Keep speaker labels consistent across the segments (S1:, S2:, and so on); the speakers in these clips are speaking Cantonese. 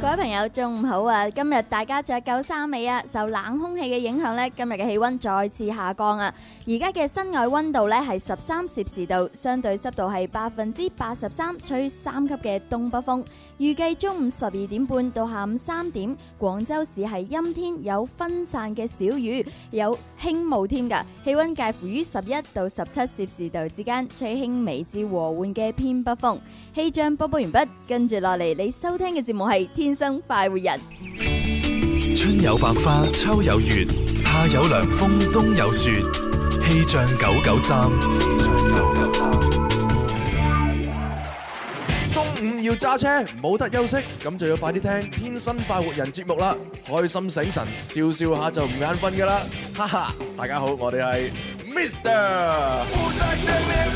S1: 各位朋友，中午好啊！今日大家着夠衫未啊？受冷空氣嘅影響呢，今日嘅氣温再次下降啊！而家嘅室外温度呢係十三攝氏度，相對濕度係百分之八十三，吹三級嘅東北風。預計中午十二點半到下午三點，廣州市係陰天，有分散嘅小雨，有輕霧添㗎。氣温介乎於十一到十七攝氏度之間，吹輕微至和緩嘅偏北風。氣象播報完畢，跟住落嚟你收聽嘅節目係《天生快活人》。
S2: 春有百花，秋有月，夏有涼風，冬有雪。氣象九九三，
S3: 中午要揸車，冇得休息，咁就要快啲聽《天生快活人》節目啦！開心醒神，笑笑下就唔眼瞓噶啦，哈哈！大家好，我哋係 Mr。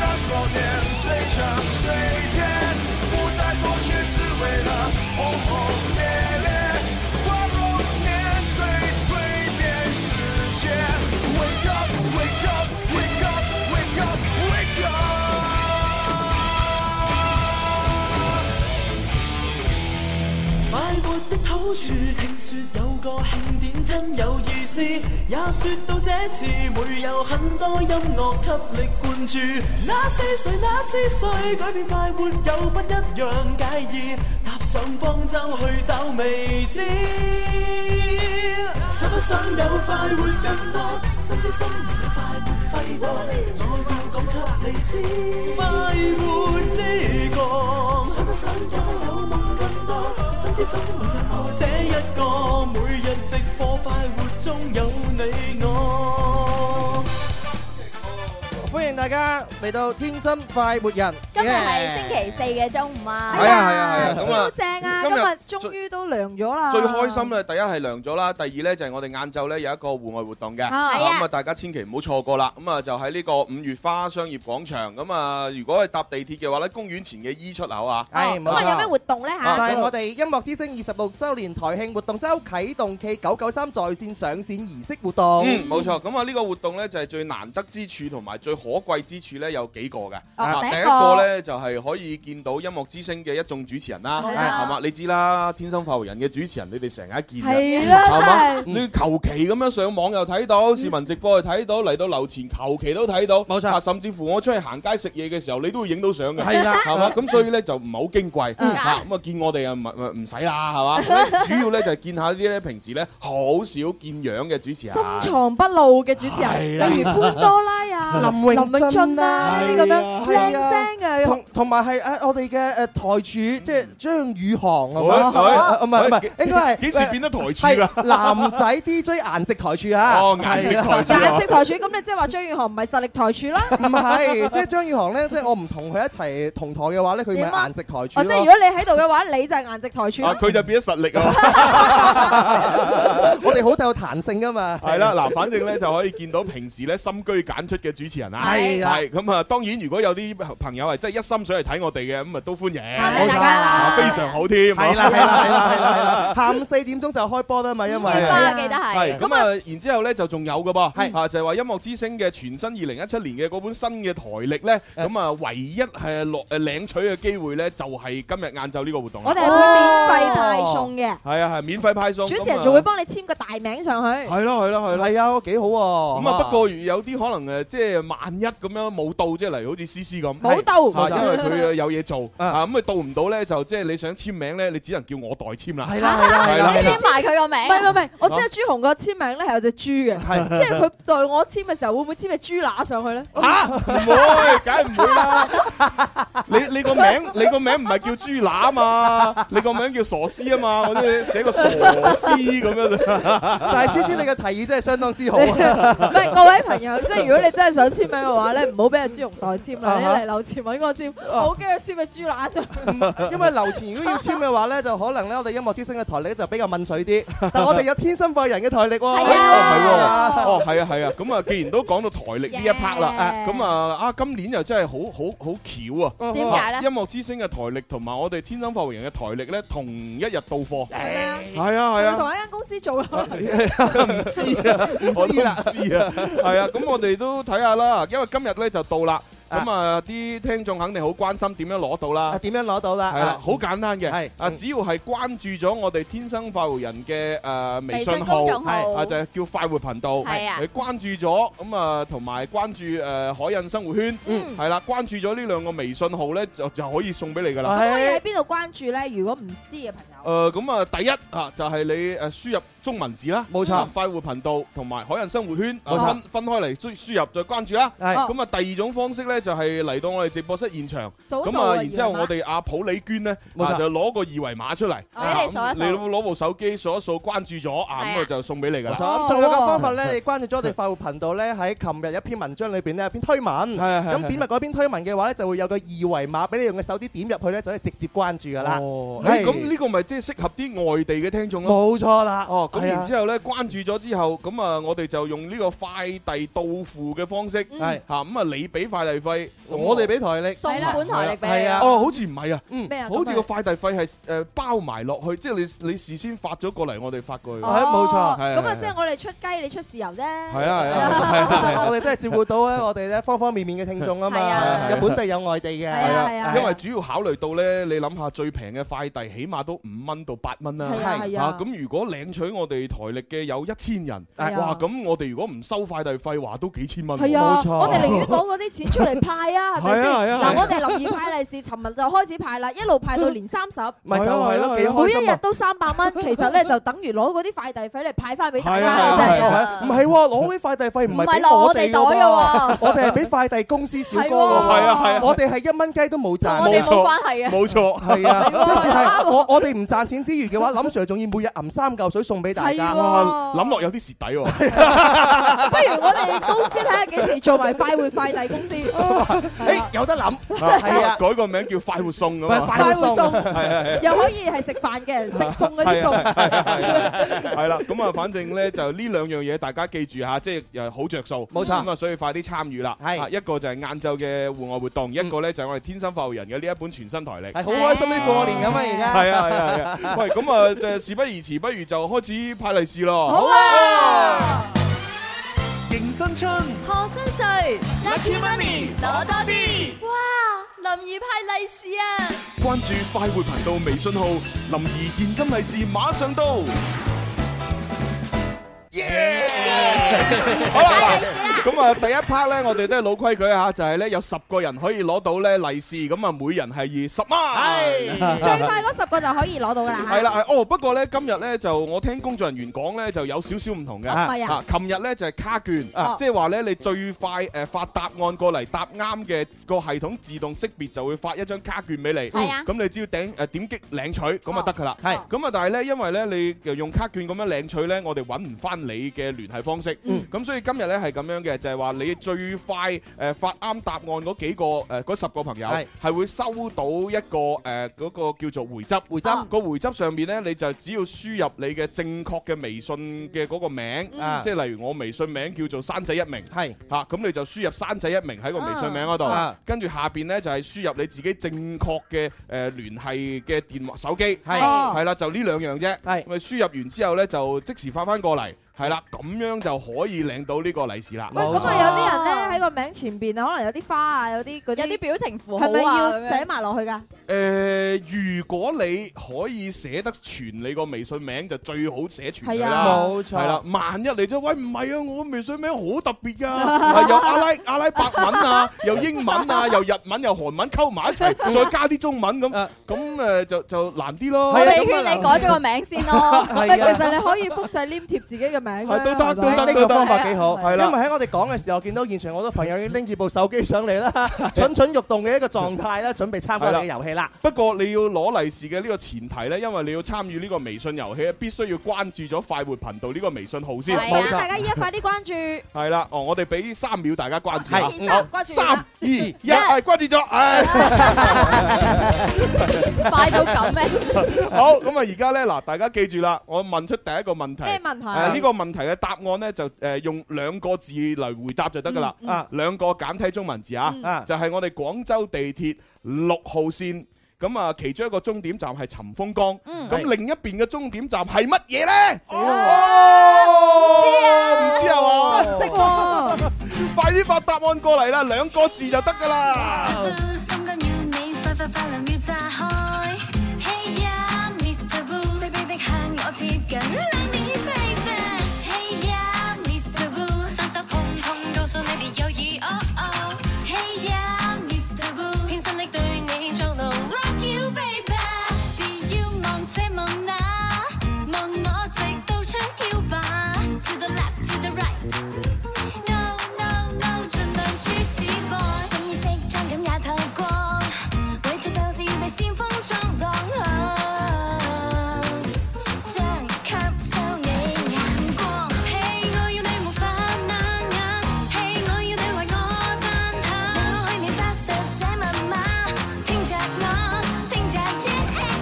S4: 快活的好處，聽說有個慶典真有意思，也說到這次會有很多音樂給力灌注。那是誰？那是誰？改變快活有不一樣介意，踏上方舟去找未知。想不想有快活更多？心知心意快活揮霍，我要講給你知。快活之歌，想不想有得有夢更多？心知總會有我這一個，每日直播快活中有你我。
S5: 歡迎大家嚟到天生快活人。
S1: 今日係星期四嘅中午啊！
S6: 係啊係啊係啊咁啊
S7: 好正
S6: 今日
S7: 啊！今日終於都涼咗啦，
S6: 最開心咧，第一係涼咗啦，第二咧就係我哋晏晝咧有一個戶外活動嘅，
S7: 啊係
S1: 啊
S6: 咁啊大家千祈唔好錯過啦。咁啊就喺呢個五月花商業廣場，咁啊如果係搭地鐵嘅話咧，公園前嘅 E 出口啊，
S5: 係
S7: 咁
S5: 冇
S7: 啊有咩
S5: 錯。
S7: 活動咧
S5: 就
S7: 嚇？
S5: 係我哋音樂之星二十六週年台慶活動周啟動 K 九九三在線上線儀式活動。
S6: 嗯，冇錯。咁啊呢個活動咧就係最難得之處同埋最可貴之處咧有幾個嘅。
S7: 哦
S6: 啊
S7: 第一
S6: 第一
S7: 個
S6: 個咧就係可以見到音樂之星嘅一眾主持人
S7: 啊
S1: 冇
S6: 啦，
S1: 錯
S6: 係嘛？你知啦，天生快活人嘅主持人你哋成日見嘅。
S7: 係嗯
S6: 係嘛
S7: 啦，？
S5: 嗯
S6: 你求其咁樣上網又睇到，市民直播又睇到，嚟到樓前求其都睇到，
S5: 冇錯
S6: 啊甚至乎我出去行街食嘢嘅時候，你都會影到相嘅，
S5: 係啦
S6: 係嘛？咁所以咧就唔係好矜貴，
S1: 嗯
S6: 嚇咁啊見我哋啊唔唔唔使啦，係嘛？咁啊主要咧就係見下啲咧平時咧好少見樣嘅主持人，
S7: 深藏不露嘅主持
S6: 係
S7: 人，
S6: 啦
S7: 例如潘多拉啊、
S5: 林永
S7: 林永
S5: 俊
S7: 俊
S5: 啦
S3: à.
S7: 啊呢啲咁
S6: 係啊
S7: 樣靚
S5: 係啊
S7: 聲嘅
S5: 同同埋係誒我哋嘅誒台柱，即係張宇航啊
S6: 好啊好啊
S5: 嘛，唔係唔係，應該係
S6: 幾時變得台 柱啊啦？
S5: 係男仔 DJ 顏值台柱啊，
S6: 哦，顏值台 柱
S7: 顏
S6: 啊
S7: 值！台柱，咁你即係話張宇航唔係實力台柱啦？
S5: 唔係，即係張宇航咧，即係我唔同佢一齊同台嘅話咧，佢咪
S7: 點啊
S5: 顏值台
S7: 哦，
S5: 柱
S7: 即係如
S5: 咯。
S7: 果你喺度嘅話，你就係顏值台柱
S6: 啊，
S7: 啦。
S6: 佢就變咗實力啊！
S5: 我哋好有彈性噶嘛。
S6: 係啦，嗱，反正咧就可以見到平時咧深居簡出嘅主持人啊，
S5: 係啦
S6: 係咁啊，當然如果有啲朋友係真係一心想嚟睇我哋嘅，咁啊都歡迎，
S1: 多謝大
S5: 冇錯
S1: 家
S6: 啊
S1: 啦，
S6: 非常好添，
S5: 係啦，係啦，係啦，係啦，係啦。下午四點鐘就開波啦嘛，因
S1: 煙
S5: 為係
S1: 花
S5: 啊
S1: 記得
S6: 係
S1: 係
S6: 咁啊，然之後咧就仲有嘅噃，
S5: 係
S6: 啊就係話音樂之星嘅全新二零一七年嘅嗰本新嘅台歷咧，咁啊唯一係落誒領取嘅機會咧，就係今日晏晝呢個活動啦
S7: 我，哋係會免費派送嘅，
S6: 係哦啊係免費派送，
S7: 主持
S6: 咁
S7: 人
S6: 啊
S7: 仲會幫你簽個大名上去。
S6: 係咯係咯係咯。
S5: 係啊，幾好喎。
S6: 咁啊， 不過有啲可能誒，呃即係萬一咁樣冇到，即係例如好似思思咁，
S7: 冇到
S6: 啊，因為佢有嘢做
S5: 啊
S6: 啊，咁佢到唔到咧，就即係你想簽名咧，你只能叫我代簽啦。
S5: 係啦，係啦，係啦，
S1: 你
S5: 係
S1: 簽
S5: 啦
S1: 埋佢個
S7: 唔係唔
S1: 名，
S7: 係唔係，我知道朱紅個簽名咧係有隻豬嘅，
S5: 係
S7: 即係佢代我簽嘅時候，會唔會簽隻豬乸上去咧？
S6: 吓，啊唔會，梗係唔會啦。 你你個名，你個名唔係叫豬乸啊嘛，你個名叫傻師啊嘛，我啲寫個傻師咁樣就。
S5: 但係思思你嘅提議真係相當 之好啊！
S7: 唔係各位朋友，即係如果你真係想簽名嘅話咧，唔好俾阿朱紅代簽啦，
S5: 啊
S7: 你
S5: 哈
S6: 哦
S7: 嚟樓前揾我簽，我驚佢簽隻豬乸上去。
S5: 因為樓前如果要簽嘅
S8: 嘅話咧，就可能咧我哋音樂之星嘅台力就比較敏水 啲，但我哋有天生快人嘅台力喎。
S1: 係啊
S6: 哦，係啊，係啊，咁啊，既然都講到台歷呢一 part 啦，
S1: Yeah
S6: 咁啊啊，今年又真係好好好巧啊！
S8: 哦
S1: 點解咧？
S6: 音樂之星嘅台歷同埋我哋天生發育人嘅台歷咧，同一日到貨。
S7: 係啊，
S6: 係啊，係
S7: 係咪
S6: 啊。
S7: 同一間公司 做啊？
S8: 哎
S6: 唔知啊，我都唔知啊，係啊，咁我哋都睇下啦，因為今日咧就到啦，咁啊啲聽眾肯定好關心點樣攞到
S8: 啊
S6: 啦，
S8: 點樣攞到啦？啊
S6: 係
S1: 啊
S6: 啦，好簡單嘅
S8: 係，
S6: 啊
S8: 嗯
S6: 只要係關注咗我哋天生快活人嘅誒微
S1: 微
S6: 信
S1: 信
S6: 號
S1: 公。眾號
S6: 啊，就係叫快活頻道，
S1: 係啊
S6: 你關注咗咁啊，同埋關注誒海印生活圈，
S7: 嗯
S6: 係啦，關注咗呢兩個微信號咧，就就可以送俾你噶啦。
S7: 咁可以
S8: 係
S7: 喺邊度關注咧？如果唔知嘅朋友，
S6: 誒咁啊，第一啊就係你誒輸入中文字啦，
S8: 冇錯
S6: 啊快活頻道同埋海印生活圈
S8: 冇錯
S6: 啊分分開嚟輸輸入再關注啦。
S8: 係
S7: 哦
S6: 咁啊，第二種方式咧就係嚟到我哋直播室現場，
S7: 數一數
S6: 咁啊，然之後我哋阿普李娟咧
S8: 冇錯
S6: 啊就攞個二維碼出嚟，
S1: 俾你掃一
S6: 你
S1: 掃，
S6: 攞部手機掃一掃關注咗啊，
S1: 係啊
S6: 咁啊就送俾你噶
S8: 冇
S6: 啦。
S8: 錯。咁仲有個方法咧，你關注咗我哋快活頻道咧，喺琴日一篇文章裏邊咧有篇推文。
S6: 係係
S8: 咁點入嗰篇推文嘅話咧，就會有個二維碼俾你用嘅手指點入去咧，就可以直接關注噶啦。
S6: 哦，
S8: 係
S6: 誒咁呢個咪即係適合啲外地嘅聽眾
S8: 冇
S6: 咯。
S8: 錯啦。
S6: 哦，咁
S8: 係啊
S6: 然之後咧，關注咗之後，咁啊，我哋就用呢個快遞到付嘅方式，
S7: 嗯
S8: 係
S6: 嚇咁啊，你俾快遞費，
S8: 我哋俾台力。
S1: 送本台力俾
S8: 係
S1: 你
S8: 啊。
S6: 哦，好似唔係啊，
S8: 嗯，
S7: 咩啊？
S6: 好似個快遞費係誒包埋落去，即係你你事先發咗過嚟，我哋發過去。
S8: 哦係冇錯
S6: 哎係
S7: 咁啊，
S6: 係係
S7: 即係我哋出雞，你出豉油啫。
S6: 係
S7: 係
S6: 啊係啊
S8: 其實我哋都係照顧到咧，我哋咧方方面面嘅聽眾啊
S1: 係
S8: 嘛，
S1: 啊
S8: 有本地有外地嘅。
S7: 係啊係啊，
S6: 因為主要考慮到咧，你諗下最平嘅快遞，起碼都五蚊到八蚊啦。
S7: 係啊係
S6: 啊
S7: 啊，
S6: 咁如果領取我哋台歷嘅有一千人，
S7: 係啊
S6: 哇！咁我哋如果唔收快遞費，話都幾千蚊喎。
S7: 係啊
S8: 冇，錯
S7: 我哋寧願攞嗰啲錢出嚟派啊，係咪
S6: 係
S7: 先
S6: 啊係？啊係啊
S7: 嗱，我哋林意派利是，尋日就開始派啦，一路派到年三十，
S8: 咪就係咯，幾
S7: 每
S8: 開
S7: 一
S8: 心
S7: 日
S8: 啊！
S7: 都三百蚊，其實咧就等於攞嗰啲快遞費嚟派翻俾大
S6: 係
S7: 家
S6: 啊
S7: 啦，
S6: 係啊
S7: 真
S8: 就
S7: 係。
S8: 係唔係喎，攞啲快遞費唔
S1: 哎唔
S8: 係
S1: 係
S8: 俾
S1: 落我
S8: 我
S1: 哋
S8: 哋
S1: 袋
S8: 㗎
S1: 嘅
S8: 喎，
S1: 喎，
S8: 我哋係俾快遞公司小哥
S7: 係喎
S8: 喎，
S6: 係啊係啊，
S8: 我哋係一蚊雞都冇
S1: 同
S8: 賺
S1: 我。哋
S6: 冇錯
S1: 冇關係嘅。
S6: 冇錯。
S8: 係啊，
S7: 係喎
S8: 有時係我我哋唔賺錢之餘嘅話，林 Sir 仲要每日揞三嚿水送俾大
S7: 係
S8: 家。
S7: 喎
S6: 哇，諗 落有啲蝕底喎。
S7: 不如我哋公司睇下幾時做埋快活快遞公 司，係啊
S8: 誒，有得諗，係啊，
S6: 改個名叫快活送咁
S8: 咪
S6: 啊。
S8: 快活送，
S7: 送，
S6: 係係係
S7: 又可以係食飯嘅人食餸嗰啲
S6: 係
S7: 餸。
S6: 係係啦，咁啊，反正咧就呢兩樣嘢，大家記住吓，即係誒好着數，
S8: 冇錯
S6: 咁啊，所以快啲參與啦。
S8: 係嗯
S6: 啊一個就係晏晝嘅戶外活動，一個咧就係我哋天生發育人嘅呢一本全新台歷。
S8: 係好開心啲過年咁啊！而家
S6: 係啊係啊係啊！喂，咁啊，就事不宜遲，不如就開始派利是咯。
S1: 好啊！
S9: 迎新春，
S1: 贺新岁，Lucky Money 攞多啲！哇，林怡派利是啊！
S9: 關注快活頻道微信號，林兒現金利是馬上到。
S6: 好啦，咁啊，第一 part 咧，我哋都係老規矩吓，就係咧有十個人可以攞到咧利是，咁啊，每人係二十蚊。
S7: 最快嗰十個就可以攞到㗎啦嚇
S6: 係啦，哦，不過咧今日咧就我聽工作人員講咧就有少少唔同嘅，
S7: 啊係啊，
S6: 琴日咧就係卡券
S7: 啊，
S6: 即係話咧你最快誒發答案過嚟答啱嘅個系統自動識別就會發一張卡券俾你，
S1: 係啊
S6: 咁你只要頂誒點擊領取咁啊
S1: 哦
S6: 得㗎啦。
S8: 係
S6: 咁啊，但係咧，因為咧你就用卡券咁樣領取咧，我哋揾唔翻你嘅聯繫方式。
S8: 嗯
S6: 咁所以今日咧係咁樣嘅，就係話你最快誒發啱答案嗰幾個誒嗰十個朋友
S8: 係
S6: 係會收到一個誒嗰個叫做回執。
S8: 回針
S1: 哦
S6: 個回執上面咧，你就只要輸入你嘅正確嘅微信嘅嗰個名，
S8: 啊
S6: 即係例如我微信名叫做山仔一名
S8: 係
S6: 嚇，啊咁、你就輸入山仔一名喺個微信名嗰度，
S8: 啊
S6: 跟住下邊咧就係、輸入你自己正確嘅誒、呃、聯繫嘅電話手機，啊
S8: 係
S7: 哦
S6: 係啦，就呢兩樣啫。
S8: 係
S6: 咪輸入完之後咧，就即時發翻過嚟，係啦，咁樣就可以領到呢個利是啦。
S7: 喂，咁
S8: 冇錯
S7: 啊有啲人咧喺個名前邊啊，可能有啲花啊，有啲嗰
S1: 有啲
S7: 啲，
S1: 表情符號
S7: 係咪
S1: 啊
S7: 要
S1: 咁樣
S7: 寫埋落去㗎？
S6: 誒、呃如果你可以寫得全你個微信名，就最好寫全佢
S7: 係
S6: 啦。
S7: 啊
S8: 冇
S6: 係啦
S8: 錯，，
S6: 萬一你啫，喂唔係啊，我微信名好特別噶，係有阿拉阿拉伯文啊，又英文啊，又日文又韓文溝埋一齊，再加啲中文咁
S8: 啊，
S6: 咁誒就就難啲咯
S1: 我。
S8: 係啊
S1: 哋勸你改咗個名先咯。
S7: 唔係，
S8: 係啊
S7: 其實你可以複製黏貼自己嘅名名啊
S6: 係都得
S7: 啦係咪啊
S6: 都得
S5: 呢個方法幾好，
S6: 係
S5: 因為
S6: 啦
S5: 喺我哋講嘅時候，見到現場好多朋友已經拎住部手機上 嚟啦，蠢蠢欲動嘅一個狀態啦，準備參加我哋嘅遊戲啦。
S6: 不過你要攞利是嘅呢個前提呢，因為你要參與呢個微信遊戲，必須要關注咗快活頻道呢個微信號先。
S7: 係啊，大家依家快啲關注。
S6: 係啦，哦，我哋俾三秒大家關注
S7: 係
S6: 下，好
S7: 關注
S6: 三
S7: 完
S6: 二
S7: 啦
S6: 一，係關注咗，哎唉。
S1: 快到咁 咩？
S6: 好，咁啊，而家咧嗱，大家記住啦，我問出第一個問題。
S7: 咩啊問題
S6: 誒啊呢個問題嘅答案咧就誒用兩個字嚟回答就得噶啦。
S5: 啊
S6: 兩個簡體中文字啊，
S5: 啊
S6: 就係我哋廣州地鐵六號線。咁啊，其中一個終點站係尋風江，
S1: 嗯
S6: 咁另一邊嘅終點站係乜嘢呢？
S7: 死啦
S6: 哦，唔知啊嘛，
S7: 識喎，
S6: 快啲發答案過嚟啦，兩個字就得噶啦。
S4: 心間要你快快快兩秒炸開，Hey 呀，Miss Taboo，擠逼的向我貼緊，Let me baby，Hey 呀，Miss Taboo，雙手碰碰，告訴你別有意哦哦，Hey oh, 呀，Miss Taboo，偏心的對你作弄，Rock you baby，別要望這望那，望我直到出腰吧，To the left，To the right，No no no，盡量蛛絲過，心意識將緊也透光，為著就是要被先鋒撞浪將吸收你眼光。嘿，我要你無法冷眼，嘿，我要你為我讚嘆。我去你不說這密碼，聽着我，聽着耶。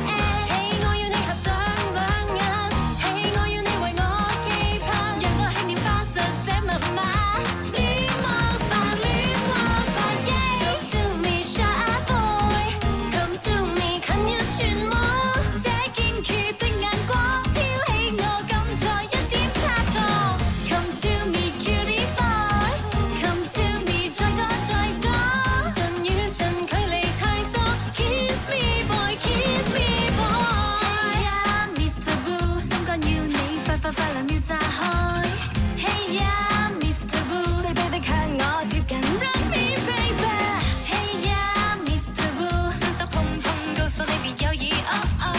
S4: 嘿，我要你合上兩眼，嘿，我要你為我期盼，讓我輕點花實這密碼，戀我吧，戀我吧耶。Come to me, shy boy. Come to me，近日全我，這堅決的眼光挑起我，敢再一點差錯。Come to me, cutie boy. Come to me，再多再多，唇與唇距離太疏。Kiss me, boy, kiss me, boy. Yeah, Mr. Blue，心肝要你快快快兩秒炸開。Hey yeah, Mr. Blue，擠迫的向我接近，Run me baby。Hey yeah, Mr. Blue，雙手碰碰，告訴你別有意哦哦。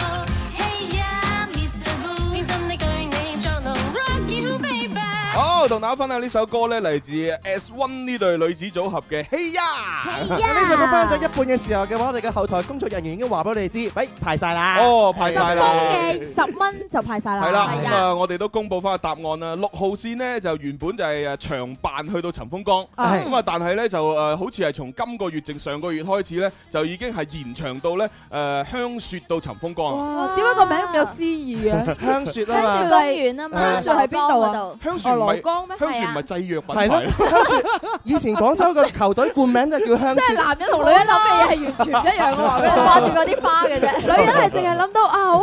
S4: Hey oh. yeah, Mr. Blue，偏心的對你作弄，Rock you baby。
S6: 好，同大家分享呢首歌咧，嚟自 S One 呢對女子組合嘅《嘿呀》。
S5: 呢首歌翻咗一半嘅時候嘅話，我哋嘅後台工作人員已經話俾我哋知，喂排晒啦。
S6: 哦，派晒
S7: 新
S6: 啦
S7: 方。嘅十蚊就派晒啦。
S6: 係啦，
S1: 係
S6: 咁
S1: 啊
S6: 啊，我哋都公布翻個答案啦。六號線呢，就原本就係誒呃長辦去到尋風江，
S7: 啊
S6: 咁啊，但係呢，就誒好似係從今個月定上個月開始呢，就已經係延長到呢誒香雪到尋風江。
S7: 哇，點解個名咁有詩意嘅？
S5: 香雪啊
S1: 香雪
S5: 嘛，
S1: 公園啊嘛，
S7: 香雪喺邊度啊
S1: 羅江嗰度
S6: 香雪
S7: 俄
S6: 唔
S7: 羅
S6: 係
S7: 江咩？
S6: 香雪唔係製藥品 牌
S5: 係咯，香雪。以前廣州嘅球隊冠名就叫香
S7: 即係
S5: 雪。
S7: 男人同女人諗嘅嘢係完全唔一樣嘅話俾你
S1: 我
S7: 聽
S1: 掛住嗰啲花嘅啫。
S7: 女人係淨係諗到啊，好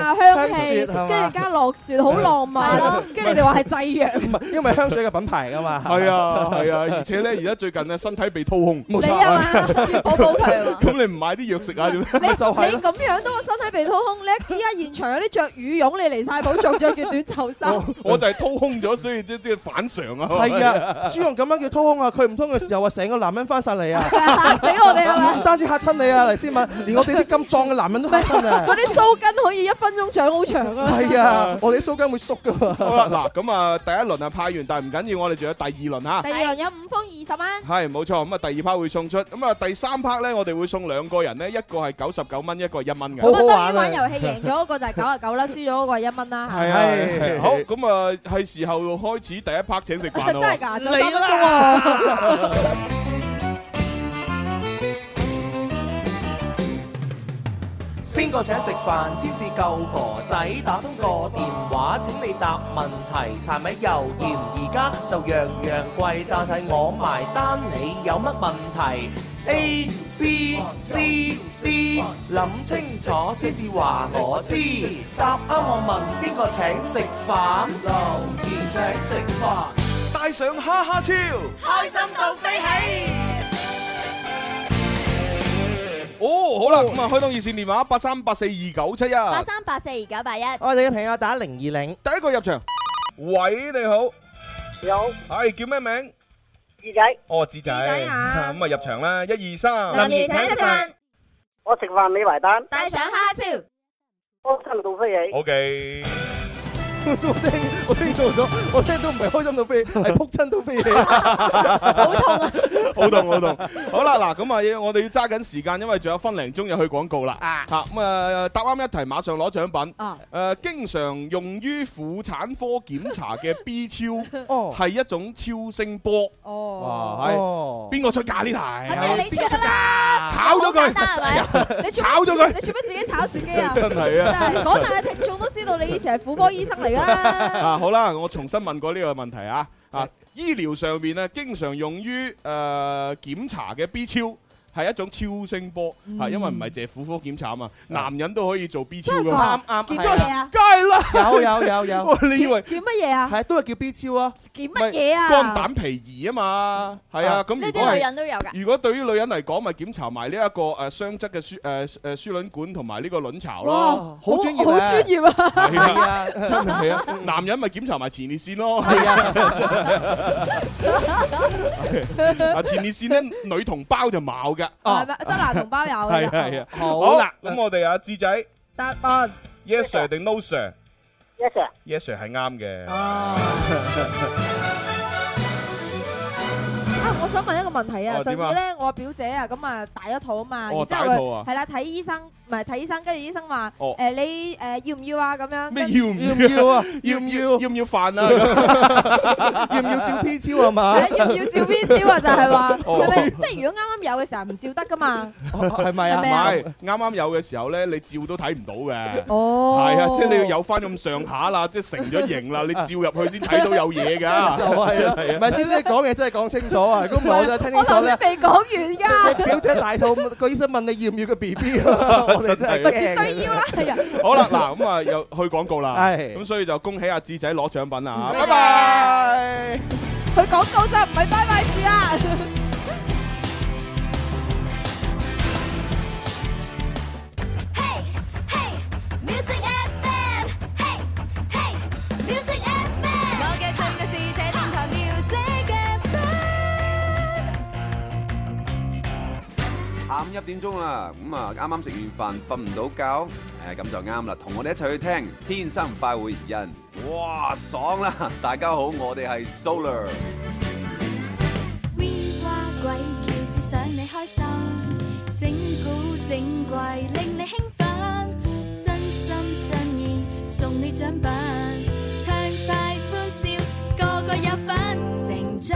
S7: 啊，香氣，
S5: 香雪係嘛
S7: 跟住加落雪，好浪漫咯。跟住你哋話係製藥，
S5: 唔係，因為香水嘅品 牌㗎嘛。
S6: 係啊係啊，而且呢，而家最近呢，身體被掏空，
S5: 冇
S7: 你
S5: 錯
S7: 啊嘛，要補補佢啊嘛。
S6: 咁你唔買啲藥食啊？點
S7: 你
S5: 就係
S7: 你咁樣都話身體被掏空，你依家現場有啲着羽絨，你離晒譜，仲着件短袖衫。
S6: 我就係掏空咗，所以即即係反常啊。
S5: 係啊，朱紅咁樣叫掏空啊，佢唔通嘅時候話成個男人翻晒 嚟啊！
S7: 嚇死我哋係咪？
S5: 唔單止嚇親你啊，黎思敏，連我哋啲咁壯嘅男人都嚇親 啊！
S7: 嗰啲鬚根可以一分鐘長好長啊！
S5: 係啊，我哋啲鬚根會縮噶喎。
S6: 好啦，嗱咁啊，第一輪啊派完，但係唔緊要，我哋仲有第二輪啊嚇。
S7: 第二輪有五封二十蚊，
S6: 係冇錯，咁啊第二 part 會送出，咁啊第三 part 咧，我哋會送兩個人咧，一個係九十九蚊，一個係一蚊嘅。
S5: 好好
S7: 咁啊
S5: 玩
S7: 當然
S5: 啊！
S7: 玩遊戲贏咗嗰個就係九啊九啦，輸咗嗰個係一蚊啦。
S6: 係
S5: 係
S6: 係好，咁啊係時候開始第一 part 請食飯
S7: 真
S6: 咯。
S7: 係㗎，仲有三分鐘喎。
S5: 邊個請食飯先至夠哥仔？打通個電話請你答問題，柴米油鹽而家就樣樣貴，但係我埋單，你有乜問題？A B C D，諗清楚先至話我知。答啱我問邊個請食飯？留言請食飯。
S10: 帶上哈哈超，
S4: 開心到飛起！
S6: 哦，好啦，咁啊開通熱線電話八三八四二九七一，
S1: 八三八四二九八一，
S5: 我哋嘅朋友打零二零，
S6: 第一個入場。喂，你好，
S11: 有
S6: 係叫咩名？
S11: 耳仔，
S6: 哦，子仔。
S7: 仔啊
S6: 咁啊入場啦，一二三。
S1: 林怡請食飯，
S11: 我食飯你埋單，
S1: 帶上哈哈超。
S11: 開心到飛起。
S6: O K。
S5: 我聽我聽到咗，我聽到唔係開心到飛，係撲親到飛起。
S6: 好痛好痛！好啦，嗱咁啊，要我哋要揸緊時間，因為仲有分零鐘就去廣告啦。嚇咁啊，答啱一題馬上攞獎品。
S7: 啊
S6: 誒，經常用於婦產科檢查 嘅 B 超
S5: 哦
S6: 係一種超聲波。
S7: 哦，
S6: 哇，係
S5: 哦
S6: 邊個出價呢題？
S7: 肯定你出啦，
S6: 炒咗佢
S7: 好簡單係咪？你做乜
S6: 炒咗佢
S7: 你做乜自己炒自己啊？
S6: 真係啊！
S7: 真係廣大嘅聽眾都知道你以前係婦科醫生嚟啦。
S6: 啊，好啦，我重新問過呢個問題啊，啊，醫療上面咧經常用於誒、呃、檢查嘅 B 超。係一種超聲波，
S7: 嗯
S6: 係因為唔係淨係婦科檢查啊嘛，男人都可以做 B 超噶嘛，
S5: 啱啱
S7: 檢
S5: 係
S7: 乜嘢啊？
S6: 梗係啦，
S5: 有 有有有，
S6: 哇你以為
S7: 檢乜嘢啊？
S5: 係都係叫 B 超啊！
S7: 檢乜嘢啊？
S6: 肝膽脾胰啊嘛，係啊，
S5: 啊
S6: 咁
S1: 呢
S6: 如果
S1: 啲女
S6: 係
S1: 人都有 㗎。
S6: 如果對於女人嚟講，咪檢查埋呢一個誒雙側嘅呃輸誒誒輸卵管同埋呢個卵巢咯，
S7: 哇，
S5: 好專業啊
S7: 好專業啊！
S6: 係
S5: 係
S6: 啊，
S5: 啊，
S6: 真係啊，男人咪檢查埋前列腺咯。
S5: 係啊，
S6: 啊，前列腺咧，女同胞就冇噶，
S7: 係咪得男同胞 有
S6: 係
S7: 啊㗎
S6: 啊係啊。
S5: 好
S6: 哦好啦，咁我哋阿志仔
S7: 答案
S6: ，yes sir 定 no sir？yes
S12: Yes sir，
S6: sir 係啱嘅。
S7: 啊！啊！我想問一個問題啊，
S6: 哦
S7: 上
S6: 點啊
S7: 次咧我表姐啊咁啊大咗肚啊嘛，
S6: 哦
S7: 然之後
S6: 大肚啊
S7: 佢係啦睇醫生，唔係睇醫生，跟住醫生話
S6: 哦
S7: 誒你誒要唔要啊咁樣，
S6: 咩
S7: 跟
S6: 要唔
S5: 要唔
S6: 要？
S5: 要啊？
S6: 要
S5: 要
S6: 唔
S5: 唔
S6: 要？
S5: 要？
S6: 要唔要飯 啊？
S5: 要唔要照 B 超啊嘛？
S7: 係要唔要照 B 超啊？就係話
S6: 哦
S7: 係咪即係如果啱啱有嘅時候唔照得噶嘛？
S5: 係咪
S7: 係
S5: 啊
S6: 唔
S7: 咪？啊
S6: 係，啱啱有嘅時候咧，你照都睇唔到嘅。
S7: 哦，
S6: 係啊，即係你要有翻咁上下啦，即係成咗型 啦，你照入去先睇到有嘢㗎。
S5: 就係
S6: 真
S5: 啦，
S6: 係
S5: 唔係先生你講嘢真係講清楚 啊！如果唔係我就聽清
S7: 我
S5: 楚
S7: 頭先
S5: 咧。
S7: 未講 完㗎，
S5: 你表姐大肚，個醫生問你要唔要個 B B 啊？ 我哋真係
S7: 咪
S5: 驚
S7: 絕對要啦，係啊！
S6: 好啦，嗱咁啊，又去廣告啦。
S5: 係
S6: 咁，所以就恭喜阿志仔攞獎品啦
S5: 嗯
S7: 唔該
S6: 嚇，拜拜。
S7: 佢講到就唔係拜拜住啊！
S4: Music FM，嘿嘿，Music FM，我嘅最愛是這電台 Music FM。
S13: 下午一點鐘啦，咁啊啱啱食完飯，瞓唔到覺，誒、咁就啱啦，同我哋一齊去聽《天生快活人》，哇爽啦！大家好，我哋係 Solar。
S4: We 話鬼叫，只想你開心，整蠱整怪令你興奮，真心真意送你獎品，暢快歡笑，個個有份成長，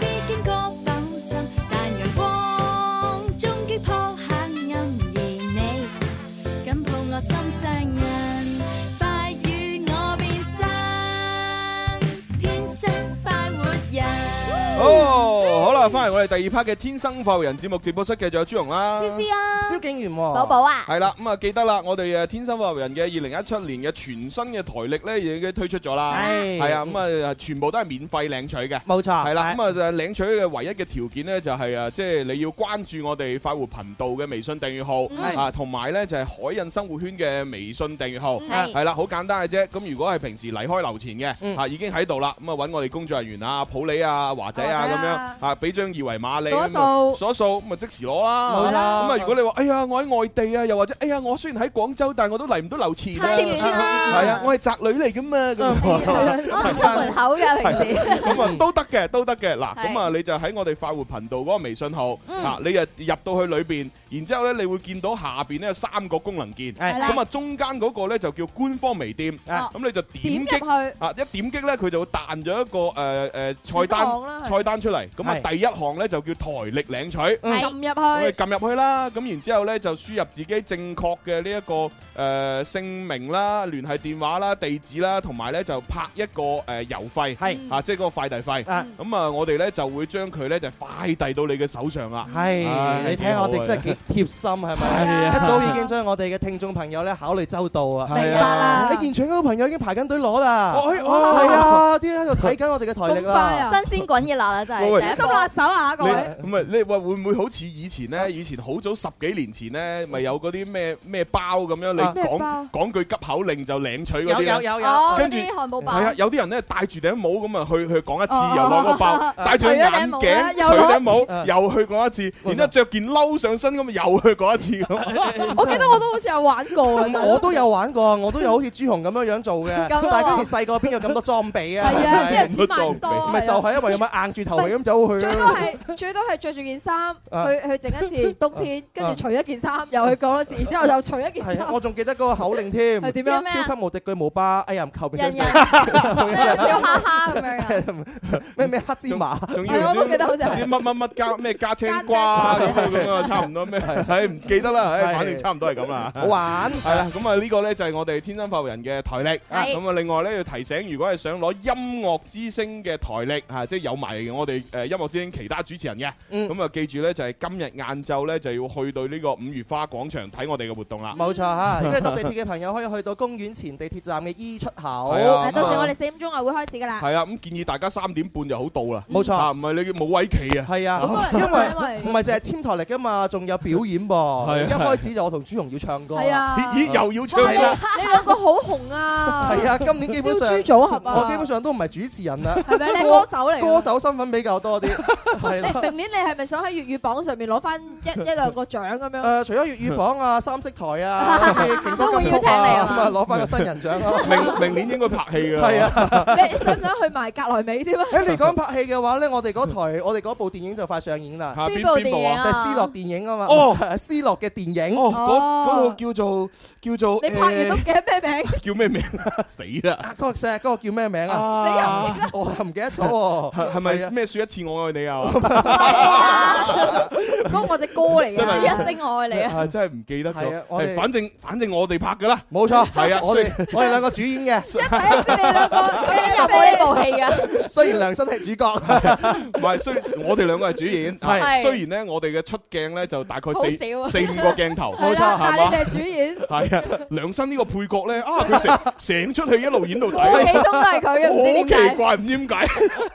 S4: 必經過浮沉，但陽光終擊破黑暗，而你。緊抱我心上人，快與我變身，天生快活人。
S6: 哦，好啦，翻嚟我哋第二 part 嘅《天生快活人》節目直播室，繼續有朱容啦。
S1: 思思啊，
S5: 蕭敬元
S1: 寶
S5: 喎，
S1: 寶啊，
S6: 系啦，咁啊記得啦，我哋誒《天生快活人》嘅二零一七年嘅全新嘅台歷咧已經推出咗啦，
S5: 係
S6: 係啊，咁啊全部都係免費領取嘅。
S5: 冇錯，
S6: 係啦，咁啊就領取嘅唯一嘅條件咧，就係啊，即係你要關注我哋快活頻道嘅微信訂閱
S5: 嗯
S6: 號，啊，同埋咧就係海印生活圈嘅微信訂閱號，
S4: 嗯
S1: 係
S6: 係啦，好簡單嘅啫。咁如果係平時離開樓前嘅，
S5: 嗯
S6: 啊已經喺度啦，咁啊揾我哋工作人員啊、普理啊、華仔啊
S7: 華仔
S6: 咁
S7: 啊
S6: 樣啊，俾張二維碼你，
S7: 數一
S6: 咁啊
S7: 數
S6: 數一數，咁啊即時攞啦。
S5: 冇錯
S6: 咁啊，如果你話哎呀我喺外地啊，又或者哎呀我雖然喺廣州，但係我都嚟唔到樓前啊，
S1: 點算啊？
S6: 係啊，我係宅女嚟噶嘛，
S7: 嗯
S6: 咁啊。
S7: Ờ,
S1: 我唔出門口 㗎，平時。
S6: 咁啊都得嘅，都得嘅。嗱，
S1: 係
S6: 咁啊你就喺我哋快活頻道嗰個微信號，
S1: 嗯
S6: 啊你就入到去裏邊，然之後咧你會見到下邊咧有三個功能鍵，
S5: 係
S1: 啦
S6: 咁啊中間嗰個咧就叫官方微店，
S5: 啊
S6: 咁你就
S7: 點
S6: 點
S7: 入
S6: 擊。
S7: 去？
S6: 啊！一點擊咧，佢就會彈咗一個誒誒菜
S7: 小檔啦
S6: 單
S7: 係
S6: 菜單出嚟，咁啊
S5: 係
S6: 第一行咧就叫台歷領取，
S5: 嗯
S7: 撳
S6: 我
S7: 入
S6: 哋
S7: 去。
S6: 撳入去啦，咁然之後咧就輸入自己正確嘅呢一個誒、呃姓名啦、聯繫電話啦、地址啦，同埋咧就拍一個誒、呃、郵費，
S7: Ừ. 嗯
S5: 係
S6: 啊，即係嗰個快遞費。
S5: 啊
S6: 咁啊，我哋咧就會將佢咧就快遞到你嘅手上啊啦。唉
S5: 係，你睇我哋真係幾貼心 係咪？一早已經將我哋嘅聽眾朋友咧考慮周到啊！
S7: 明白啦
S5: 你現場嗰個朋友已經排緊隊攞啦，
S6: 哦哎哦
S5: 係啊，啲喺度睇緊我哋哋嘅台歷
S7: 咁快啊
S5: 啦，
S1: 新鮮滾熱辣啦，真
S6: 喂
S1: 係
S6: 喂
S1: 第一
S7: 心
S1: 波。
S7: 辣手啊，各
S6: 你
S7: 位。
S6: 唔係你話會唔會好似以前咧？以前好早十幾年前咧，咪有嗰啲咩咩包咁樣，你
S7: 啊咩包
S6: 講講句急口令就領取嗰啲
S7: 有
S6: 咧。
S7: 有有有哦
S6: 跟住
S7: 嗰啲韓武包
S6: 係啊，有啲人咧戴住頂帽咁啊，去去講一
S7: 哦
S6: 次，又攞個包
S7: 哦；
S6: 戴住個眼鏡，
S7: 除咗頂帽啦又
S6: 除頂帽
S7: 攞嗯一次，
S6: 又去講一次；然之後着件褸上身咁，又去講一次 咁。
S7: 我記得我都好似有玩過啊。
S5: 我都有玩過，我都有好似朱紅咁樣樣做嘅。
S7: 咁咯啊
S5: 但係嗰時細個邊有咁多裝備啊？
S7: 係啊邊有錢買咁多啊
S5: 咪就係因為有咪硬住頭皮咁走去咯。
S7: 最多係最多係着住件衫
S5: 啊
S7: 去去整一次冬天，跟住除一件衫又去講一次，然之後又除一件
S5: 係啊
S7: 衫。
S5: 我仲記得嗰個口令添。
S7: 係點樣啊
S5: 超級無敵巨無霸，哎呀唔求
S7: 人人
S5: 笑
S7: 笑哈哈咁樣啊
S5: 咩咩黑芝麻，
S6: 仲
S7: 係我都記得好似
S6: 唔知乜乜乜加咩加青瓜咁樣咁啊，差唔多咩？係唔記得啦，唉，反正差唔多係咁啦。
S5: 好玩
S6: 係啦，咁啊呢個咧就係我哋天生發育人嘅台歷。
S5: 係
S6: 咁啊，另外咧要提醒，如果係想攞音樂之星嘅台歷嚇，即係有埋我哋誒音樂之星其他主持人嘅，咁啊記住咧就係今日晏晝咧就要去到呢個五月花廣場睇我哋嘅活動啦。
S5: 冇錯嚇，如果搭地鐵嘅朋友可以去到公園前地鐵站嘅 E 出口。
S6: 係啊
S7: 到時我哋四點鐘啊會開始㗎啦。
S6: 係啊，咁建議大家三點半就好到啦。
S5: 冇錯
S6: 啊唔係你冇位企啊。
S5: 係啊，因為唔係淨係簽台歷㗎嘛，仲有表演噃。
S6: 係啊
S5: 一開始就我同朱紅要唱歌。
S7: 係啊
S6: 咦咦又要唱
S7: 哇你
S6: 歌
S7: 你兩個好紅啊！
S5: 係啊，今年基本上
S7: 燒豬組合啊！
S5: 我基本上都唔係主持人啦，
S7: 係咪你係歌手
S6: 啊
S7: 嚟㗎
S5: 歌手身份比較 多啲，係啦。
S7: 你明年你係咪想喺粵語榜上面攞翻一一兩個獎咁樣？
S5: 誒，除咗粵語榜 啊、三色台啊、勁歌金曲啊，咁啊攞翻個新人獎啊 咯。
S6: 明明年應該拍戲㗎啦。
S5: 係啊。
S7: 你想唔想去埋格萊美添啊？
S5: 誒，你講拍戲嘅話咧，我哋嗰台我哋嗰部電影就快上映啦。
S6: 嚇邊邊部邊部啊
S5: 就係《斯諾電影》啊嘛。
S6: 哦，
S5: 斯諾嘅電影。
S6: 哦，嗰嗰個叫做叫做
S5: 你拍完
S6: 誒
S5: 都
S7: 記得咩名？
S6: 叫咩名 啊？死啦！
S5: 嗰個石嗰個叫咩名
S6: 啊？
S5: 你 我唔記得咗喎。啊
S6: 係係咪咩説一次我愛你 啊？
S7: à? 嗰個我只歌嚟嘅，
S6: 真係
S7: 是一聲愛你啊！
S6: 係真係唔記得
S5: 係啊
S6: 咗。
S5: 我哋
S6: 係反正反正我哋拍㗎啦。
S5: 冇錯，
S6: 係啊，
S5: 我哋
S6: 雖
S5: 我哋兩個主演 嘅。
S7: 佢有冇呢部戲㗎？
S5: 雖然梁生係 主角，
S6: 唔係雖我哋兩個係主演，
S5: 係
S6: 係雖然咧我哋嘅出鏡咧就大概
S7: 好
S6: 四
S7: 少啊
S6: 四五個鏡 頭，
S7: 係啦但係你哋係主演。
S6: 係啊，梁生呢個配角咧，啊佢 成成出戲一路演到底，啊
S7: 我幾鐘都係佢嘅唔知點解
S6: 好奇怪，唔知點解。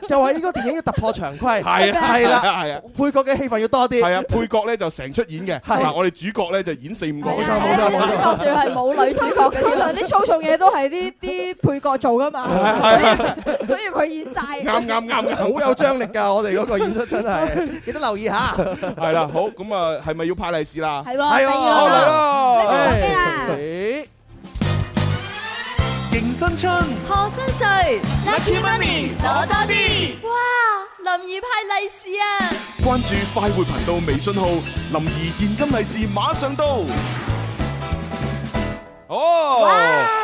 S5: 就係呢個電影要突破常
S6: 係
S5: 規。
S6: 啊，
S5: 係
S6: 係啊，
S5: 啦，
S6: 係啊。
S5: 配角嘅戲份要多啲。
S6: 係啊，配角咧就成出演嘅，
S5: 係
S6: 嗱我哋主角咧就演四五個。
S7: 啊
S6: 冇
S5: 錯冇錯冇錯
S7: 主角仲係冇女主
S1: Dạ,
S7: 角嘅，通常啲粗重嘢都係啲啲配角做㗎嘛，所以佢演晒。
S6: 啱啱啱啱
S5: 好有張力㗎！我哋嗰個演出 真係，記得留意下。
S6: 係啦，好咁啊，係咪要派利是啦？
S7: 係喎
S6: 係
S7: 係
S6: 喎，
S7: 喎
S6: 好嚟啦，
S7: 拎部手機啦
S6: Dạ. 誒
S14: 迎新春，
S15: 贺新岁
S14: Lucky Money，攞多啲！
S15: 哇，林怡派利是啊！
S9: 关注快活频道微信号，林儿現金利是馬上到。
S6: 哦，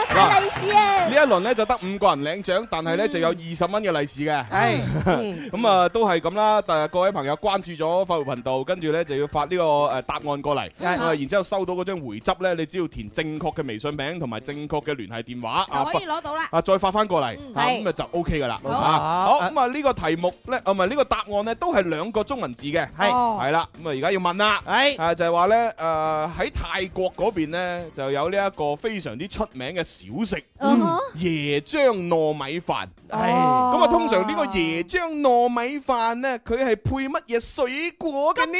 S9: 派
S6: 利
S15: 是啊！
S6: 呢一輪咧就得五個人領獎，但係咧就有二十蚊嘅利是嘅。
S5: 係
S6: 咁啊，都係咁啦。但係各位朋友關注咗快活頻道，跟住咧就要發呢個誒答案過嚟。
S5: 係
S6: 咁啊然之後收到嗰張回執咧，你只要填正確嘅微信名同埋正確嘅聯繫電話啊
S7: 就可以攞到啦
S6: 啊，再發翻過嚟，
S7: 嗯
S6: 啊
S7: 係
S6: 咁啊就 O K 噶啦。
S5: 冇錯
S6: 啊好咁啊，呢個題目咧，啊唔係呢個答案咧，都係兩個中文字嘅，
S5: 係哦
S6: 係啦。咁啊，而家要問啦，
S5: 係
S6: 啊就係話咧，誒喺泰國嗰邊咧就有呢一個非常之出名嘅小食，
S7: 嗯哼
S6: 椰漿糯米飯。
S5: 係
S6: 咁啊，通常呢個椰漿糯米飯咧，佢係配乜嘢水果嘅呢？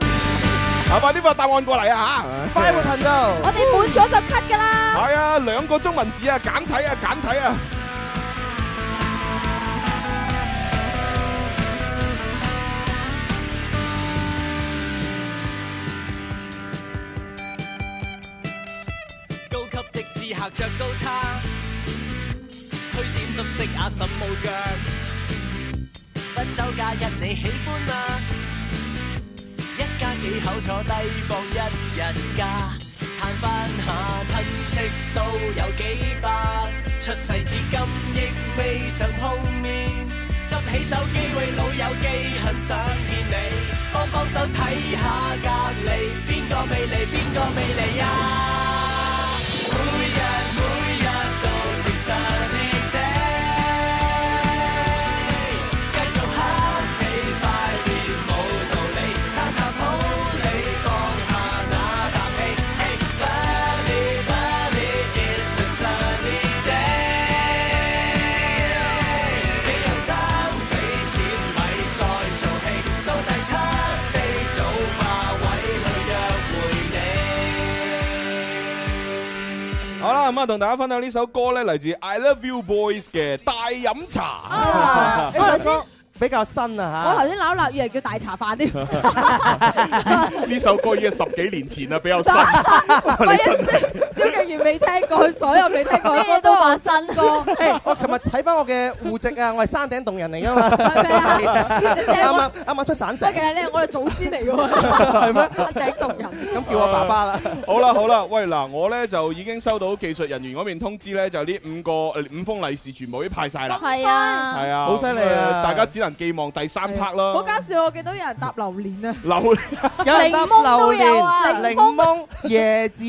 S6: 啊，快啲發答案過嚟啊嚇！
S5: 快活頻道，
S7: 我哋滿咗就 cut 㗎啦。
S6: 係啊，兩個中文字啊，簡體啊，簡體啊。
S14: 高級的刺客着高叉，去店汁的阿嬸冇腳，不守假日你喜歡嗎？一家幾口坐低放一日假，嘆翻下親戚都有幾百，出世至今亦未曾碰面，執起手機為老友記很想見你，幫幫手睇下隔離邊個未嚟邊個未嚟啊！每日每日都是 sunny day，繼續黑你快啲冇道理，攤下抱你放下那啖氣。Hey buddy buddy it's a sunny day，你又爭彼此
S6: 好啦，咁啊，同大家分享呢首歌咧，嚟自 I Love You Boys 嘅《大飲 茶
S7: Ờ.
S5: 啊呢》。首歌比較新啊
S7: 我
S5: 嚇
S7: 頭。先扭立以為叫大茶飯添，
S6: 呢首歌已經係十幾年前啦，比較新。
S7: 蕭敬元未聽過，所有未聽過嘅歌都話新歌。
S5: 誒，我琴日睇翻我嘅户籍啊，我係山頂洞人嚟噶 嘛，
S7: Dạ,
S5: 啱啱啱啱出省城
S7: 不過，其實咧，我哋祖先嚟嘅喎，
S5: 係咩？
S7: 頂動人。
S5: 咁叫我爸爸啦。
S6: 好啦好啦，喂嗱，我咧就已經收到技術人員嗰邊通知咧，就呢五個呃五封利是全部已經派 晒啦。
S7: 係啊
S6: 係啊，
S5: 好犀利啊
S6: 咁大家只能寄望第三 part 啦。
S7: 好搞笑，我見到有人搭榴蓮啊！
S6: 留
S5: 有人搭
S7: 檸檬都
S5: 榴
S7: 有啊
S5: 蓮、檸檬、椰子、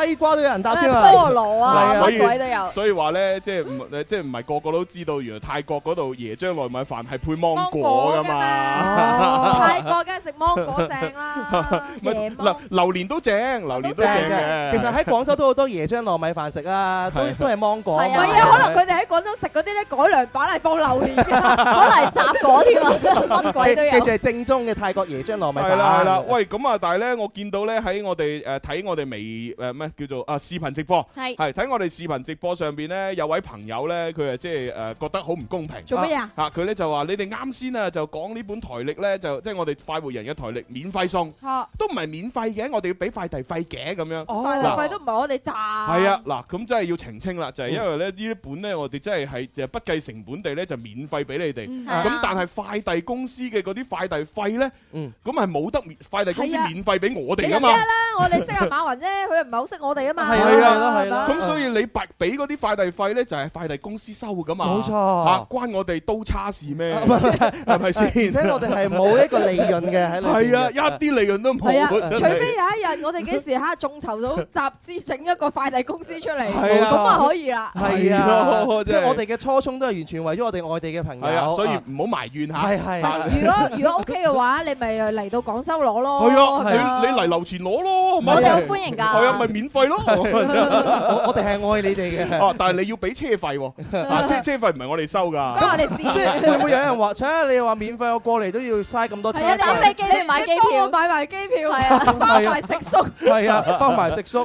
S5: 西瓜都有人搭添 啊，
S7: 菠蘿啊
S5: 係
S6: 所以
S7: 乜鬼都有
S6: 所以話咧，即係唔即係唔係個個都知道，原來泰國嗰度椰漿糯米飯係配芒果噶 嘛。
S7: 泰國梗係食芒果正啦，
S6: 咪
S7: 椰
S6: 榴榴蓮都正，榴蓮都
S5: 正
S6: 正
S5: 嘅。
S6: 嘅。
S5: 其實喺廣州都好多椰漿糯米飯食啊，都
S6: 係
S5: 都係芒果。
S7: 係啊，係啊，可能佢哋喺廣州食嗰啲咧改良版係放榴蓮，可能係雜果添啊，乜鬼都有。
S5: 記記住係正宗嘅泰國椰漿糯米飯。
S6: 係啦係啦，喂咁啊！但係咧，我見到咧喺我哋誒睇我哋微誒咩叫做啊視頻直播，
S5: 係
S6: 係睇我哋視頻直播上邊咧有位朋友咧，佢啊係即係誒覺得好唔公平，
S7: 做乜嘢啊
S6: 啊佢咧就話你哋啱先啊就講呢本台歷咧就即係我哋快活人嘅台歷免費送，
S7: 嚇
S6: 都唔係免費嘅，我哋要俾快遞費嘅咁樣。
S7: 快遞費都唔係我哋賺。
S6: 係啊，嗱，咁真係要澄清啦，就係因為咧呢一本咧，我哋真係係就不計成本地咧就免費俾你哋。
S7: 嗯
S6: 咁但係快遞公司嘅嗰啲快遞費咧，咁係冇得免快遞公司
S7: 係啊
S6: 免費俾我哋
S7: 你
S6: 噶
S7: 又知
S6: 嘛
S7: 啦。，我哋識阿馬雲啫，佢唔係好識我哋啊嘛。係嘛
S6: 咁所以你白俾嗰啲快遞費咧，就係快遞公司收噶嘛。
S5: 冇錯
S6: 嚇關我哋都差事咩？ 係咪先？
S5: 而且我哋係冇一個利潤嘅喺裏邊嘅
S6: 係啊，一啲利潤都冇。
S7: 係啊，
S6: 真
S7: 除
S6: 係
S7: 非有一日我哋幾時嚇眾籌到集資整一個快遞公司出嚟，
S6: 係啊
S7: 咁啊可以啦。
S5: 係
S6: 係
S5: 啊
S6: 咯，
S5: 即
S6: 真
S5: 係
S6: 係
S5: 我哋嘅初衷都係完全為咗我哋外地嘅朋友。
S6: 係啊，所以唔好埋怨嚇。
S5: 係係
S6: 啊
S7: 如果如果 OK 嘅話，你咪嚟到廣州攞咯。
S6: 係
S7: 咁
S6: 啊，你你嚟樓前攞咯，我
S7: 我哋好歡迎㗎
S6: 係啊，咪免費咯。
S5: 我我哋係愛你哋 嘅
S6: 哦，但係你要俾車 費喎，啊車車費唔係我哋收㗎。
S5: 即係會唔會有人話？睇你話免費，我過嚟都要嘥咁多錢。
S1: 係啊打飛機都要買機票
S7: 你幫我買埋機票，係啊，包埋食宿，
S5: 係啊，包埋 食宿。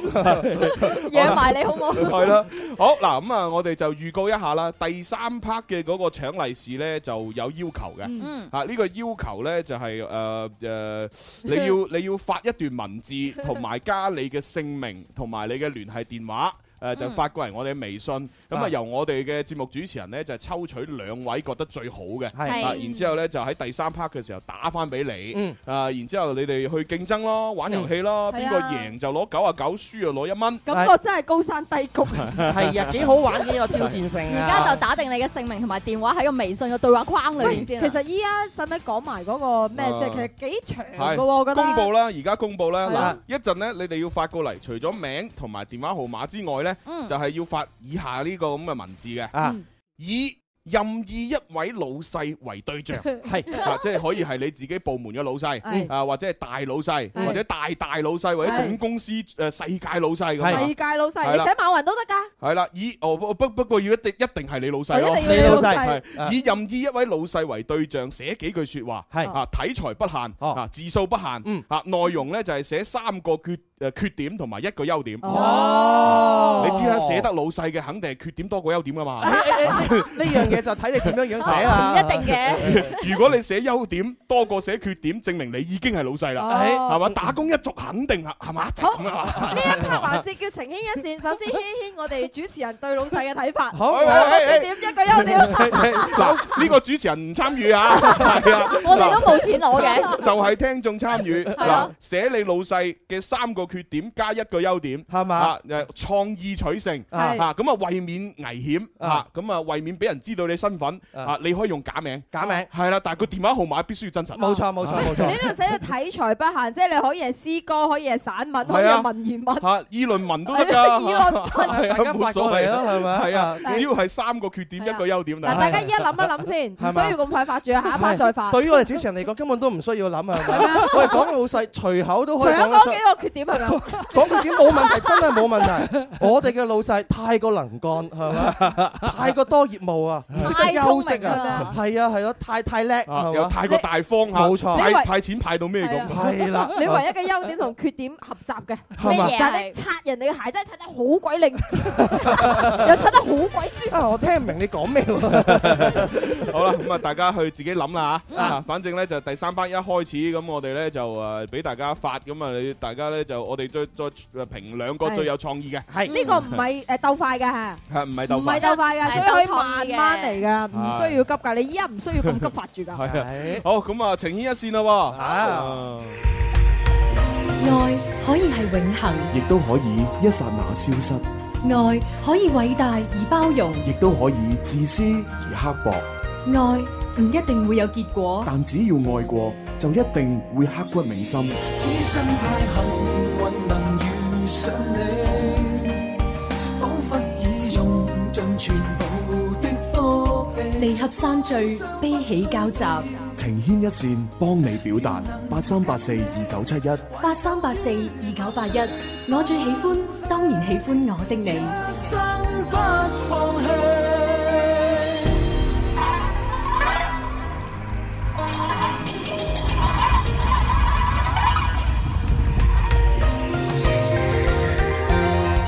S7: 養埋你好冇？
S6: 係啦，好嗱咁啊，我哋就預告一下啦。第三 part 嘅嗰個搶利是咧就有要求嘅，
S14: 嗯
S6: 啊呢個要求咧就係誒誒，你 要你要發一段文字，同埋加你嘅姓名同埋你嘅聯繫電話。誒就
S14: 嗯
S6: 發過嚟我哋嘅微信，咁啊
S14: 啊
S6: 由我哋嘅節目主持人呢，就抽取兩位覺得最好嘅，
S14: 係
S6: 啊然之後呢，就喺第三 part 嘅時候打翻俾你
S14: 嗯，
S6: 啊然之後你哋去競爭咯，玩遊戲咯，
S7: 嗯
S6: 邊個
S7: 係啊
S6: 贏就攞九啊九，輸就攞一蚊。
S7: 感覺真係高山低谷。
S5: 係啊，幾好玩嘅有挑戰性
S1: 而
S5: 啊！
S1: 家就打定你嘅姓名同埋電話喺個微信嘅對話框裏
S7: 喂，
S1: 面
S7: 其
S1: 先啊。
S7: 實依家使唔使講埋嗰個咩
S6: 啊
S7: 先？其實幾長
S6: 係
S7: 嘅喎，我覺得。
S6: 公佈啦，而家公佈
S7: 係
S6: 啦
S7: 啊。
S6: 嗱，一陣咧，你哋要發過嚟，除咗名同埋電話號碼之外咧，
S7: 嗯
S6: 就係要發以下呢個咁嘅文字嘅。嗯
S5: 啊
S6: 以任意一位老細為對 象，
S5: 係
S6: 啊，即係可以係你自己部門嘅老細，
S7: 係
S6: 啊或者係大老細，
S7: 係
S6: 或者大大老細，或者總公司誒世界老細咁
S7: 世
S6: 啊。
S7: 界老細，
S6: 係
S7: 你
S6: 啦
S7: 寫馬雲都得㗎。
S6: 係啦，以哦不不不過要一定一定係你老細咯，
S7: 係一定要你老細
S6: 係
S7: 啊
S6: 以任意一位老細為對象寫幾句説話，
S5: 係
S6: 啊體裁不限，啊字數不限，啊內容咧就係寫三個缺誒缺點同埋一個優點。
S5: 哦
S6: 你知啦，寫得老細嘅肯定係缺點多過優點噶嘛。
S5: 呢樣嘢就睇你點樣樣寫啦。
S6: 如果你寫優點多過寫缺點，證明你已經係老細啦，
S7: 哦
S6: 係嘛？打工一族肯定係係嘛？就係咁啊
S7: 呢一 part 環節叫情牽一線，首先牽一牽我哋主持人對老細嘅睇法。
S6: 好
S7: 兩個缺點一個優點。
S6: 嗱，呢個主持人唔參與啊，係啊，
S1: 我哋都冇錢攞嘅
S6: 嗱就係聽眾參與。
S1: 係啊
S6: 嗱，寫你老細嘅三個缺點加一個優點，啊係
S3: 啊
S5: 嘛
S6: 誒，創意取勝
S5: 係
S6: 啊，咁啊，為免危險啊，咁啊，為免俾人知道你身份啊，你可以用假名，
S5: 假名
S6: 係啦，但係個電話號碼必須要真實。
S5: 冇錯，冇錯，冇錯。
S7: 你呢度寫咗體裁不限，即係你可以係詩歌，可以係散文，可以
S6: 係啊
S7: 係文言文。
S6: 嚇，議論文都得㗎，
S7: 係啊議論文
S6: 係啊
S5: 大家
S6: 冇
S5: 發
S6: 所
S5: 過嚟
S6: 謂
S5: 啦係咪啊
S6: 係啊，
S7: 係
S6: 只要係三個缺點一個優點就
S7: 嗱，大家依家諗一諗先，唔
S5: 係嘛
S7: 需要咁快發住，下一 part 再發。
S5: 對於我哋主持人嚟講，根本都唔需要諗係咪？我哋講老細，隨口都
S7: 除
S5: 可以
S7: 咗
S5: 講得
S7: 嗰
S5: 出
S7: 幾。個缺點係啊咪？
S5: 講佢點冇問題， 真係冇問題。我哋嘅老細太過能幹係咪？太過多業務啊，唔識得休息啊，係啊係啊，太太叻
S6: 啊
S5: 係嘛
S6: 又太過大方嚇，
S5: 冇錯
S6: 派
S7: 你為
S6: 派錢派到咩咁？
S5: 係 啦
S7: 你唯一嘅優點同缺點合集嘅，
S6: 係嘛咩嘢
S7: 但係你擦人哋嘅鞋真係擦得好鬼靈，又擦得好鬼舒服。
S5: 啊！我聽唔明你講咩喎？
S6: 好啦，咁啊，大家去自己諗啦吓。啊，反正咧就第三班一開始咁，我哋咧就誒俾大家發咁啊，你大家咧就我哋再再評兩個最有創意嘅。
S7: 呢個唔係誒鬥快㗎，
S6: 係唔係鬥
S7: 唔係
S6: 快？
S7: 鬥快㗎，
S15: 係
S7: 所以可
S15: 鬥
S7: 以
S15: 創意
S7: 慢
S15: 嘅
S7: 慢嚟㗎，唔
S6: 係
S7: 需要急㗎。你依家唔需要咁急發住㗎。
S6: 係
S5: 哎
S6: 啊。好，咁啊，情牽一線啦喎。啊，
S16: 愛可以係永恒，
S17: 亦都可以一刹那消失，
S16: 愛可以偉大而包容，
S17: 亦都可以自私而刻薄。
S16: 愛唔一定會有結果。
S17: 但只要愛過，就一定會刻骨銘心。
S14: 此生太幸運能遇上你，彷彿已用盡全部的福氣。
S16: 離合散聚，悲喜交集。
S17: 情牽一線，幫你表達。八三八四二九七一，
S16: 八三八四二九八一，我最喜歡，當然喜歡我的你。
S14: 一生不放棄。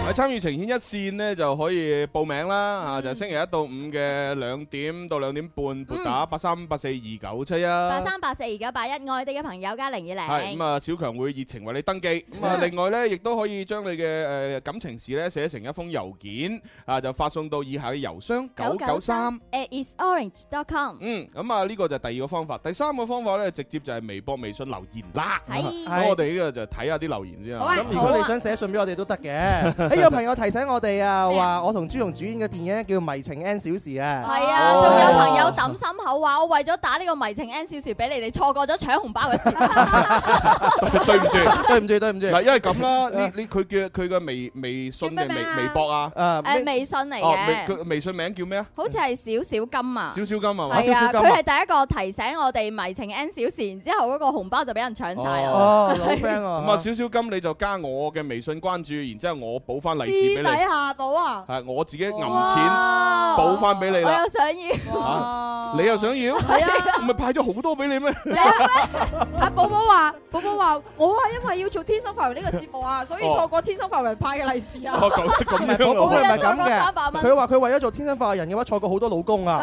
S6: 係參與情牽一線呢，就可以報名啦。啊，就星期一到五嘅兩點到兩點半，撥打八三八四二九七一。
S1: 八三八四二九八一，外地嘅朋友加零二
S6: 係
S1: 零
S6: 咁。啊，小強會熱情為你登記。 咁啊，另外咧，亦都可以將你嘅誒感情事咧寫成一封郵件啊，就發送到以下嘅郵箱九九三。
S1: at isorange.com。
S6: 嗯，咁啊，呢個就係第二個方法。第三個方法咧，直接就係微博、微信留言啦。
S1: 係
S6: 咁我哋呢個就睇下啲留言先啊。
S5: 咁如果你想寫信俾我哋都 得嘅。誒哎有朋友提醒我哋啊，話我同朱紅主演嘅電影叫《迷情 N 小時》啊。
S1: 係啊，仲有朋友抌心口話：我為咗打呢個迷情 N 小時，俾你哋錯過咗搶紅包嘅事。
S6: 對唔住，
S5: 對唔住，對唔住。
S6: 嗱，因為咁啦，呢呢佢叫佢嘅微微信定微微博啊？
S5: Ờ,
S1: 誒，微信嚟
S6: 哦微
S1: 嘅，
S6: 佢微信名叫咩啊？
S1: 好似係少少金啊。
S6: 少少金啊嘛，
S1: 係啊，佢係第一個提醒我哋迷情 N 小時，然之後嗰個紅包就俾人搶晒啦。
S5: 哦
S6: 咁啊，少少金你就加我嘅微信關注，然之後我補翻利
S7: 私
S6: 是俾
S7: 底
S6: 你，
S7: 下賭啊！
S6: 係我自己揞錢
S1: 哇
S6: 補翻俾你
S1: 我
S6: 啦
S1: 又。想要。
S6: 啊你又想要？
S7: 係
S6: 啊，咪派咗好多俾你咩？
S7: 阿寶寶話：寶寶話，我係因為要做《天生快活人》呢個節目啊，所以錯過《天生快活人》派嘅利是啊。
S5: 唔係寶寶佢唔係咁
S7: 三百蚊
S5: 嘅，佢話佢為咗做天生化人嘅話，錯過好多老公 啊。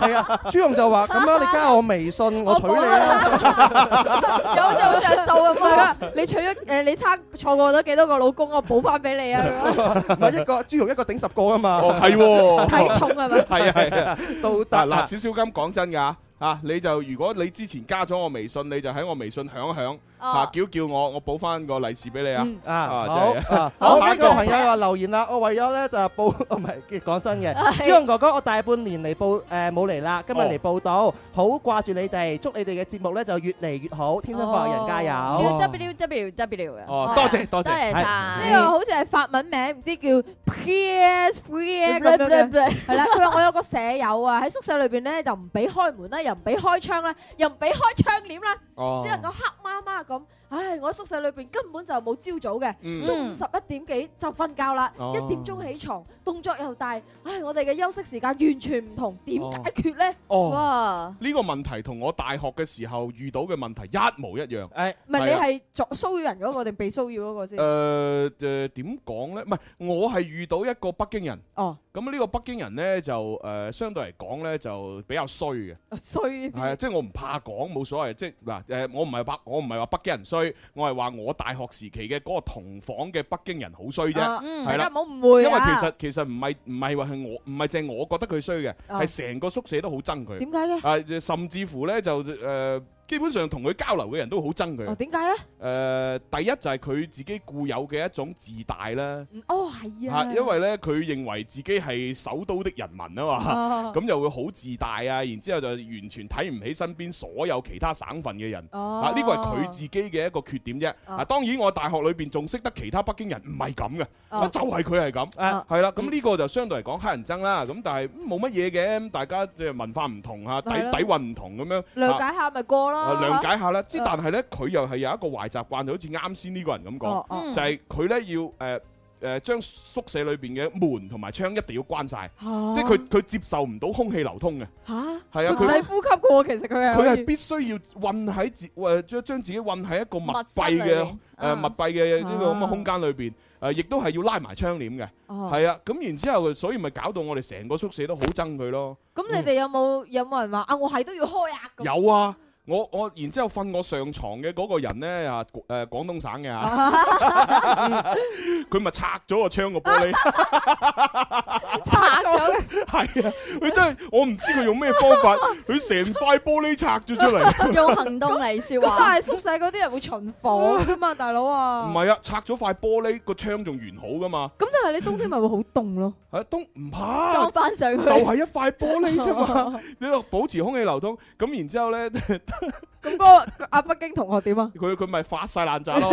S5: 係啊，朱紅就話：咁啦，你加我微信，我娶你啊啦。
S7: 有就好着數咁啊！你娶咗誒，你差錯過咗幾多個老公，我補翻俾你啊！
S5: 唔係一個朱紅一個頂十個啊嘛。
S6: 哦，係喎，
S7: 睇重係咪
S6: 係啊係啊，
S5: 都
S6: 得嗱，少少金講真㗎。啊！你就如果你之前加咗我微信，你就喺我微信響一響，
S5: 哦
S1: Ờ.
S6: 啊叫叫我，我補翻個利是俾你
S1: Ừ. 嗯
S6: 啊！
S5: 啊，
S6: 真
S5: 好
S6: 係
S5: 啊好，呢個朋友又留言啦，我為咗咧就係報， 唔係講真嘅，
S14: 係
S5: 朱紅哥哥，我大半年嚟報誒冇嚟啦，今日嚟報道，好掛住你哋，祝你哋嘅節目咧就越嚟越好，天生快活人加油！
S6: 哦
S1: www 嘅。
S5: 哦
S1: 係啊
S5: 多謝
S1: 多
S5: 多謝
S1: 謝
S5: 係
S1: 晒。
S7: 呢個好似係法文名，唔知叫 PS Free 啊咁樣嘅，係啦。佢話我有個舍友啊，喺宿舍裏邊咧就唔俾開門啦，又唔俾開窗啦，又唔俾開窗簾啦，
S14: 哦
S7: 只能夠黑媽媽咁。唉，我宿舍裏邊根本就冇朝早
S14: 嗯
S7: 嘅，中午十一點幾就瞓覺啦，
S14: 哦
S7: 一點鐘起床，動作又大。唉，我哋嘅休息時間完全唔同，點解決咧？
S6: 哦
S1: 啊
S7: 哇！
S6: 呢個問題同我大學嘅時候遇到嘅問題一模一樣。
S5: 誒，
S7: 唔係你係作騷擾人嗰個定被騷擾嗰個先？
S6: 誒誒呃點講呢？唔係我係遇到一個北京人。
S7: 哦。
S6: 咁呢個北京人呢，就誒、呃相對嚟講呢，就比較衰嘅。
S7: 衰
S6: 係啊，即係我唔怕講冇所謂。即係嗱誒，我唔係話我唔係話北京人衰，我係話我大學時期嘅嗰個同房嘅北京人好衰啫。
S7: 啊嗯
S6: 係啦
S7: 大家唔好誤會
S6: 因為
S7: 啊
S6: 其實其實唔係唔係話係我唔係淨係我覺得佢衰嘅，
S7: 啊
S6: 係成個宿舍都好憎佢。
S7: 點解嘅
S6: 啊，甚至乎呢，就誒、呃基本上同佢交流嘅人都好憎佢。
S7: 哦，點解咧？
S6: 誒、第一就係佢自己固有嘅一種自大啦。
S7: 哦，係
S6: 嚇
S7: 啊，，
S6: 因為咧佢認為自己係首都的人民啊嘛
S7: 哦，
S6: 咁又會好自大啊，然之後就完全睇唔起身邊所有其他省份嘅人，
S14: 哦
S6: 啊呢個係佢自己嘅一個缺點啫。
S14: 哦
S6: 啊，當然我大學裏邊仲識得其他北京人唔係咁嘅，
S14: 哦
S6: 啊就係佢係咁，係啦。
S7: 嗯
S6: 咁呢個就相對嚟講黑人憎啦。咁但係冇乜嘢嘅，咁大家即係文化唔同嚇，底
S7: 係咯
S6: 底運唔同咁樣。
S7: 諒
S6: 啊
S7: 解哦下咪過
S6: 啊
S7: 咯。
S6: 諒解下啦。之
S15: 嗯
S7: 啊
S6: 但係咧，佢又係有一個壞習慣，就好似啱先呢個人咁
S7: 哦
S6: 講，
S7: 哦
S6: 就係佢咧要誒誒將宿舍裏邊嘅門同埋窗一定要關晒，
S7: 嚇
S6: 即係佢佢接受唔到空氣流通嘅。
S7: 吓，
S6: 係啊
S7: 唔使
S6: 佢
S7: 呼吸嘅喎，其實佢係
S6: 佢係必須要困喺自誒將將自己困喺一個密
S7: 密室
S6: 閉
S7: 裏
S6: 嘅
S7: 面嗯
S6: 誒
S1: 嗯
S6: 密閉嘅呢個咁
S7: 啊
S6: 嘅空間裏邊，誒亦都係要拉埋窗簾嘅，
S7: 哦
S6: 係啊，咁然之後所以咪搞到我哋成個宿舍都好憎佢咯。
S7: 咁你哋有冇有冇人話啊？我係都要開啊！
S6: 有啊，我我然之後瞓我上床嘅嗰個人呢，啊誒、廣東省嘅啊，
S7: 啊
S6: 佢咪拆咗個窗個玻璃，
S7: 拆咗
S6: 係啊，佢真係我唔知佢用咩方法，佢成塊玻璃拆咗出嚟，
S1: 用行動嚟説
S7: 咁但係
S1: 話。
S7: 宿舍嗰啲人會巡房噶嘛，大佬
S6: 唔
S7: 啊！
S6: 係啊，拆咗塊玻璃個窗仲完好噶嘛，
S7: 咁但係你冬天咪會好凍咯？
S6: 啊都唔怕，
S7: 裝返上 去
S6: 就係一塊玻璃啫 嘛，你度保持空氣流通，咁然之後呢。
S7: 咁個阿北京同學點啊？
S6: 佢佢咪發晒爛渣 咯，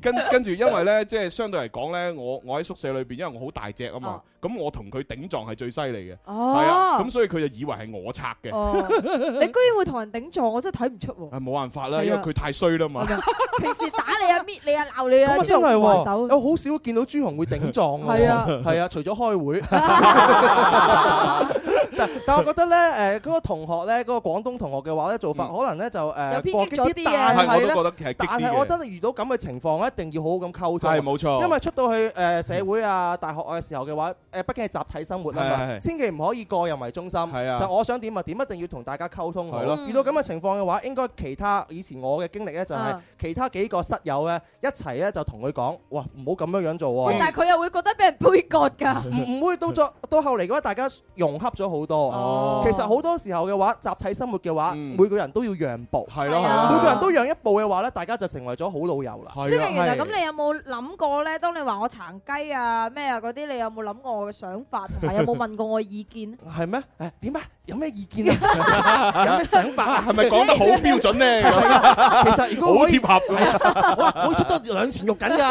S6: 跟跟住因為咧，即係相對嚟講咧，我我喺宿舍裏邊，因為我好大隻啊
S5: 哦
S6: 嘛，咁我同佢頂撞係最犀利嘅，
S7: 哦
S6: 係啊，咁所以佢就以為係我拆嘅，
S7: 哦，你居然會同人頂撞，我真係睇唔出喎。
S6: 啊冇辦法啦，
S7: 係啊
S6: 因為佢太衰啦嘛，
S7: 平時打你啊、搣你啊、鬧你啊，
S5: 咁啊真係
S7: 都還手
S5: 喎，我好少見到朱紅會頂撞喎。
S7: 係啊
S5: 係啊，除咗 開會。但但我覺得咧，誒嗰個同學咧，嗰個廣東同學嘅話咧，做法可能咧就
S7: 有
S5: 誒
S7: 偏
S5: 過
S7: 激
S5: 激
S7: 咗
S5: 啲，
S7: 啲啊
S5: 但係
S6: 係我都覺得
S5: 咧
S6: 係，激
S5: 但
S6: 啲嘅
S5: 係我覺得遇到咁嘅情況，一定要好好咁溝通。啊
S6: 係冇錯
S5: 因為出到去誒社會啊、大學嘅時候嘅話，誒畢竟係集體生活啊
S6: 係係
S5: 嘛，
S6: 係
S5: 千祈唔可以個人為中心。係
S6: 啊
S5: 就我想點啊點，一定要同大家溝通好
S6: 係咯。
S5: 遇到咁嘅情況嘅話，應該其他以前我嘅經歷咧就係
S7: 啊
S5: 其他幾個室友咧一齊咧就同佢講：，哇，唔好咁樣樣做
S7: 喂
S6: 嗯
S5: 喎。
S7: 但係佢又會覺得俾人杯葛
S6: 啊
S7: 㗎。
S5: 唔 唔會到咗到後嚟嘅話，大家融洽咗好多。
S7: 哦
S5: 其實好多時候嘅話，集體生活嘅話，
S6: 嗯
S5: 每個人都要讓步。
S6: 係
S7: 咯係啊
S5: 每個人都讓一步嘅話咧，大家就成為咗好老友啦。
S7: 蕭敬元啊，咁你有冇諗過咧？當你話我殘雞啊、咩啊嗰啲，你有冇諗過我嘅想法，同埋有冇問過我意 見咧？
S5: 係咩？誒點啊？有咩意見啊？ 有咩想法啊？
S6: 係咪講得好標準咧？
S5: 其實如果
S6: 好
S5: 可以
S6: 貼合
S5: 係啊 可可以出多兩錢肉緊 㗎，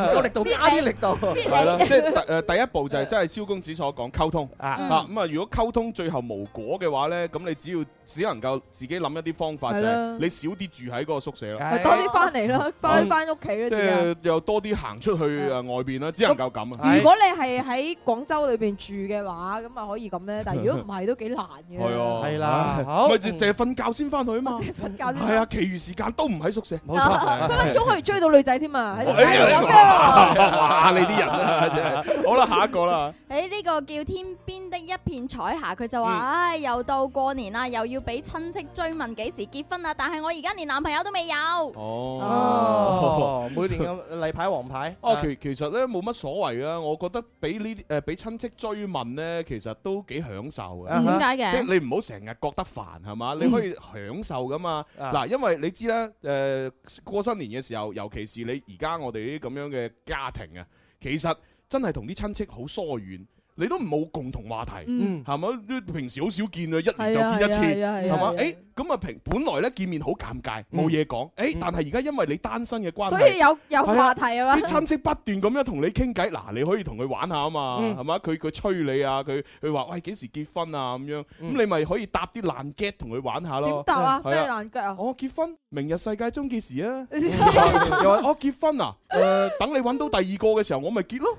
S5: 唔夠力度加啲力度。
S6: 係啦，即係第誒第一步就係真係蕭公子所講溝通
S7: 嗯
S5: 啊
S1: 嗯
S6: 啊咁啊！如果溝通最後無果嘅話咧，咁你只要只能夠自己諗一啲方法，就
S7: 係啦
S6: 係你少啲住喺嗰個宿舍啦，
S7: 咪多啲翻嚟啦，翻翻屋企啦，
S6: 即
S7: 自己啊啊
S6: 係又多啲行出去誒外邊啦，只能夠咁啊。
S7: 如果你係喺廣州裏邊住嘅話，咁啊可以咁咧。 但係如果唔係，嗯都幾難嘅。
S6: 係啊，
S5: 係啦
S6: 好，咪就淨係瞓覺先翻去啊嘛，
S7: 瞓覺先
S6: 係啊，其餘時間都唔喺宿舍，哎
S5: 冇
S7: 啊分分鐘可以追到女仔添啊！喺度喺度
S6: 哇！你啲人啊，真係好啦，下一個啦，
S1: 喺呢個叫天邊的一片彩霞，佢就話：
S6: 嗯
S1: 唉，又到過年啦，又要俾親戚追問幾時結婚啦，啊但係我而家連男朋友都 未有。
S5: 哦，每年嘅例牌王牌。
S7: 啊
S5: 啊
S6: 哦，其其實咧冇乜所謂啊，我覺得俾呢啲誒俾親戚追問咧，其實都幾享受
S7: 啊
S1: 嗯
S6: 嘅。
S1: 點解嘅
S6: 即係你唔好成日覺得煩係
S7: 嗯
S6: 嘛？你可以享受噶嘛。
S5: 啊
S6: 嗱，因為你知啦，誒過新年嘅時候，尤其是你而家我哋呢啲咁樣嘅家庭啊，其實真係同啲親戚好疏遠。你都冇共同話題，
S7: 嗯
S6: 係咪？平時好少見啊，一年
S7: 係啊
S6: 就見一次，
S7: 係啊係啊
S6: 係嘛？
S7: 係啊嗯
S6: 誒咁啊，平本來咧見面好尷尬，冇嘢講。誒，但係而家因為你單身嘅關係，
S7: 所以有有
S6: 係啊
S7: 話題 啊嘛
S6: 啲。親戚不斷咁樣同你傾偈，嗱，你可以同佢玩下啊嘛，
S7: 嗯
S6: 係嘛？佢佢催你啊，佢佢話喂幾時結婚啊咁樣，
S7: 嗯
S6: 咁你咪可以搭啲爛 get 同佢玩下咯。
S7: 點答啊？
S6: 係
S7: 咩難腳啊？
S6: 我結婚，明日世界終結時 啊！又話我結婚啊？誒，等你揾到第二個嘅時候，我咪結咯。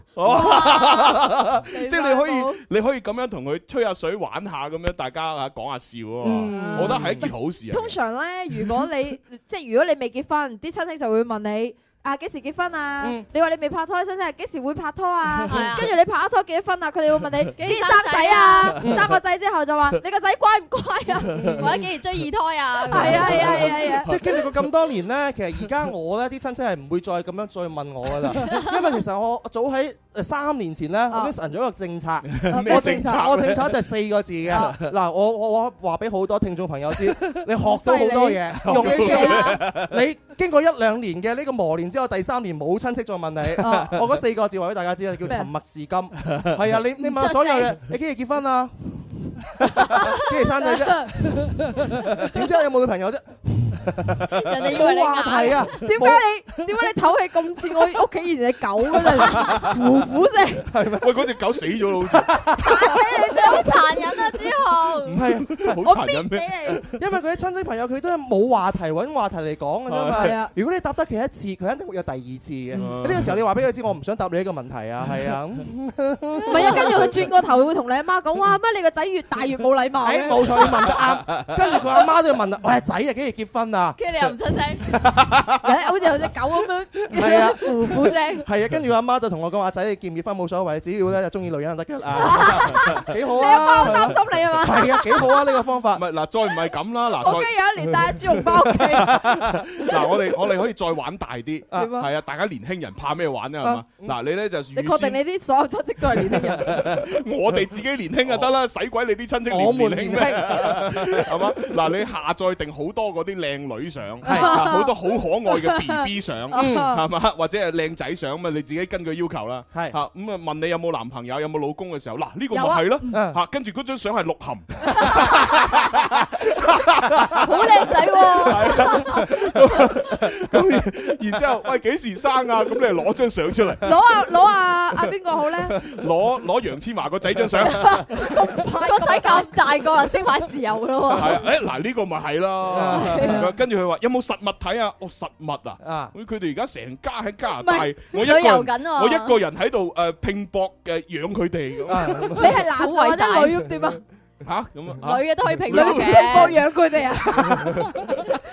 S6: 哦
S7: 你
S6: 即係你可
S7: 太好
S6: 以，你可以咁樣同佢吹下水、玩下咁樣，大家啊講下笑啊嘛
S7: 嗯。
S6: 我覺得係一件好事啊。
S7: 通常咧，如果你 即係如果你未結婚，啲親戚就會問你。啊幾時結婚啊？
S6: 嗯
S7: 你話你未拍拖，親戚幾時會拍 拖啊
S1: 係啊？
S7: 跟住你拍咗拖幾多分啊？佢哋會問你
S1: 幾時
S7: 幾時
S1: 生
S7: 生
S1: 仔
S7: 仔
S1: 啊
S7: 啊？生個仔之後就話 你個仔乖唔乖啊？
S1: 或者幾時追二胎啊？
S7: 係啊係啊係啊！
S5: 即係經歷過咁多年咧，其實而家我咧啲親戚係唔會再咁樣再問我噶啦，因為其實我早喺誒三年前咧，我已經神咗一個政策，
S6: 政
S5: 我政
S6: 策
S5: 策我政策就係四個字
S6: 啊
S5: 嘅。嗱，我我我話俾好多聽眾朋友知，你學到好多嘢，用呢
S7: 犀利
S5: 招，你經過一兩年嘅呢個磨練之後，第三年冇親戚再問你，
S7: 啊
S5: 我嗰四個字話俾大家知啊，叫沉默是金。係啊，你你
S7: 唔
S5: 問
S7: 出
S5: 所有嘢
S7: 聲，
S5: 你幾時結婚啊？幾時生仔啫？點知你有冇女朋友啫？
S7: 人
S5: 哋以為你 冇話題啊
S7: 點解你點解你唞氣咁似我屋企以前只狗嗰陣呼呼 聲？
S6: 喂，嗰隻狗死咗啦，好似。
S1: 你好殘忍啊，朱豪！
S6: 嗯
S5: 唔係，
S6: 好殘忍咩？
S5: 因為佢啲親戚朋友佢都係冇話題揾話題嚟講嘅啫
S6: 係
S5: 嘛
S6: 啊。
S5: 如果你答得佢一次，佢一定會有第二次嘅。
S6: 嗯
S5: 呢個時候你話俾佢知，我唔想答你呢個問題啊，係啊。
S7: 唔係啊，跟住佢轉個頭會同你阿媽講：哇，乜你個仔越大越冇 禮貌
S5: 誒
S7: 啊。
S5: 哎冇錯，你問得啱。跟住佢阿媽都要問啦：喂，仔啊，幾時結婚啊？
S7: 跟住你又唔出聲，好似有隻狗咁樣，
S5: 係 啊，
S7: 呼呼聲。
S5: 係啊，跟住阿媽就同我講：阿仔，你結唔結婚冇所謂，只要咧中意女人就得㗎啦。 幾好啊！
S7: 你阿媽好擔心你 啊嘛。
S5: 係啊，幾好啊呢個方法。
S6: 唔係嗱，再唔係咁啦，嗱，
S7: 我
S6: 再
S7: 跟住有一年帶豬肉包屋企，
S6: 嗱，我哋我哋可以再玩大啲，
S7: 啊
S6: 係啊，大家年輕人怕咩玩啊？係嘛
S7: 啊？
S6: 嗱，你咧就
S7: 你確定你啲所有親戚都係年輕人？
S6: 你 我哋自己年輕就得啦，使鬼你啲親戚
S5: 我
S6: 年唔年
S5: 們
S6: 輕
S5: 年
S6: 咩？ 係嘛？嗱，你下載定好多嗰啲靚女相，
S5: 係
S6: 啊好多好可愛嘅 B B 相，
S5: 嗯
S6: 係嘛？或者係靚仔相咁啊，你自己根據要求啦。
S5: 係
S6: 嚇咁啊，問你有冇男朋友，有冇老公嘅時候，嗱呢個咪
S7: 有啊
S6: 係咯
S5: 嗯
S6: 嚇，跟住嗰張相係鹿晗。
S1: 好靚仔喎，
S6: 咁然之後，喂幾時生啊？咁你就攞張相出嚟，
S7: 攞啊攞啊啊邊個好咧？
S6: 攞攞楊千嬅個仔張相，係
S1: 個仔咁大個啦，識買豉油咯喎。
S6: 啊，誒嗱呢個咪係啦。跟住佢話有冇實物睇啊？哦實物啊，佢哋而家成家喺加拿大
S1: 唔係，
S6: 我一個
S1: 旅遊緊
S6: 人
S1: 喎
S6: 我一個人喺度誒拼搏嘅養佢哋
S7: 你
S6: 咁。
S7: 係男就或者女咁點啊？
S6: 嚇咁啊，
S1: 女嘅都可以拼
S7: 女
S1: 搏
S7: 嘅
S1: 嘅
S7: 搏養佢哋啊？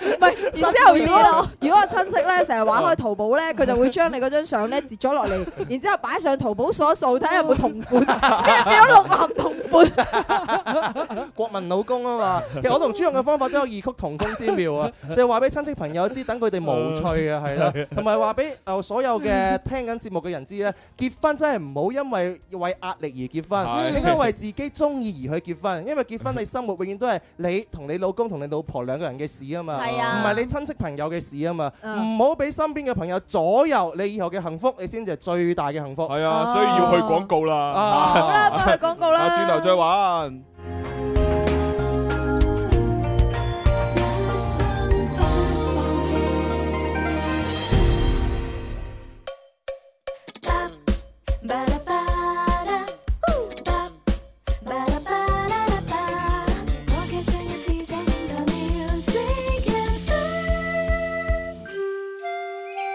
S7: 唔係，然之後如
S1: 辛苦啲咯
S7: 果如果我親戚咧成日玩開淘寶咧，佢就會將你嗰張 相咧截咗落嚟，然之後擺上淘寶掃一掃，睇下有冇 同款，跟住變咗六合同款。
S5: 國民老公啊嘛，其實我同朱勇嘅方法都有異曲同工之妙 啊，就係話俾親戚朋友知，等佢哋無趣啊，係啦，同埋話俾誒所有嘅聽緊節目嘅人知咧，結婚真係唔好因為為壓力而結
S6: 係
S5: 婚，應該為自己中意而去結婚，因為結婚你生活永遠都係你同你老公同你老婆兩個人嘅事啊嘛，
S1: 係啊
S5: 唔係你親戚朋友嘅事啊嘛，
S1: 嗯
S5: 唔好俾身邊嘅朋友左右你以後嘅幸福，你先至係最大嘅幸福。
S6: 係啊，所以要去廣告啦。
S5: 啊好啦
S7: 幫佢廣告啦
S6: 啊轉頭再玩。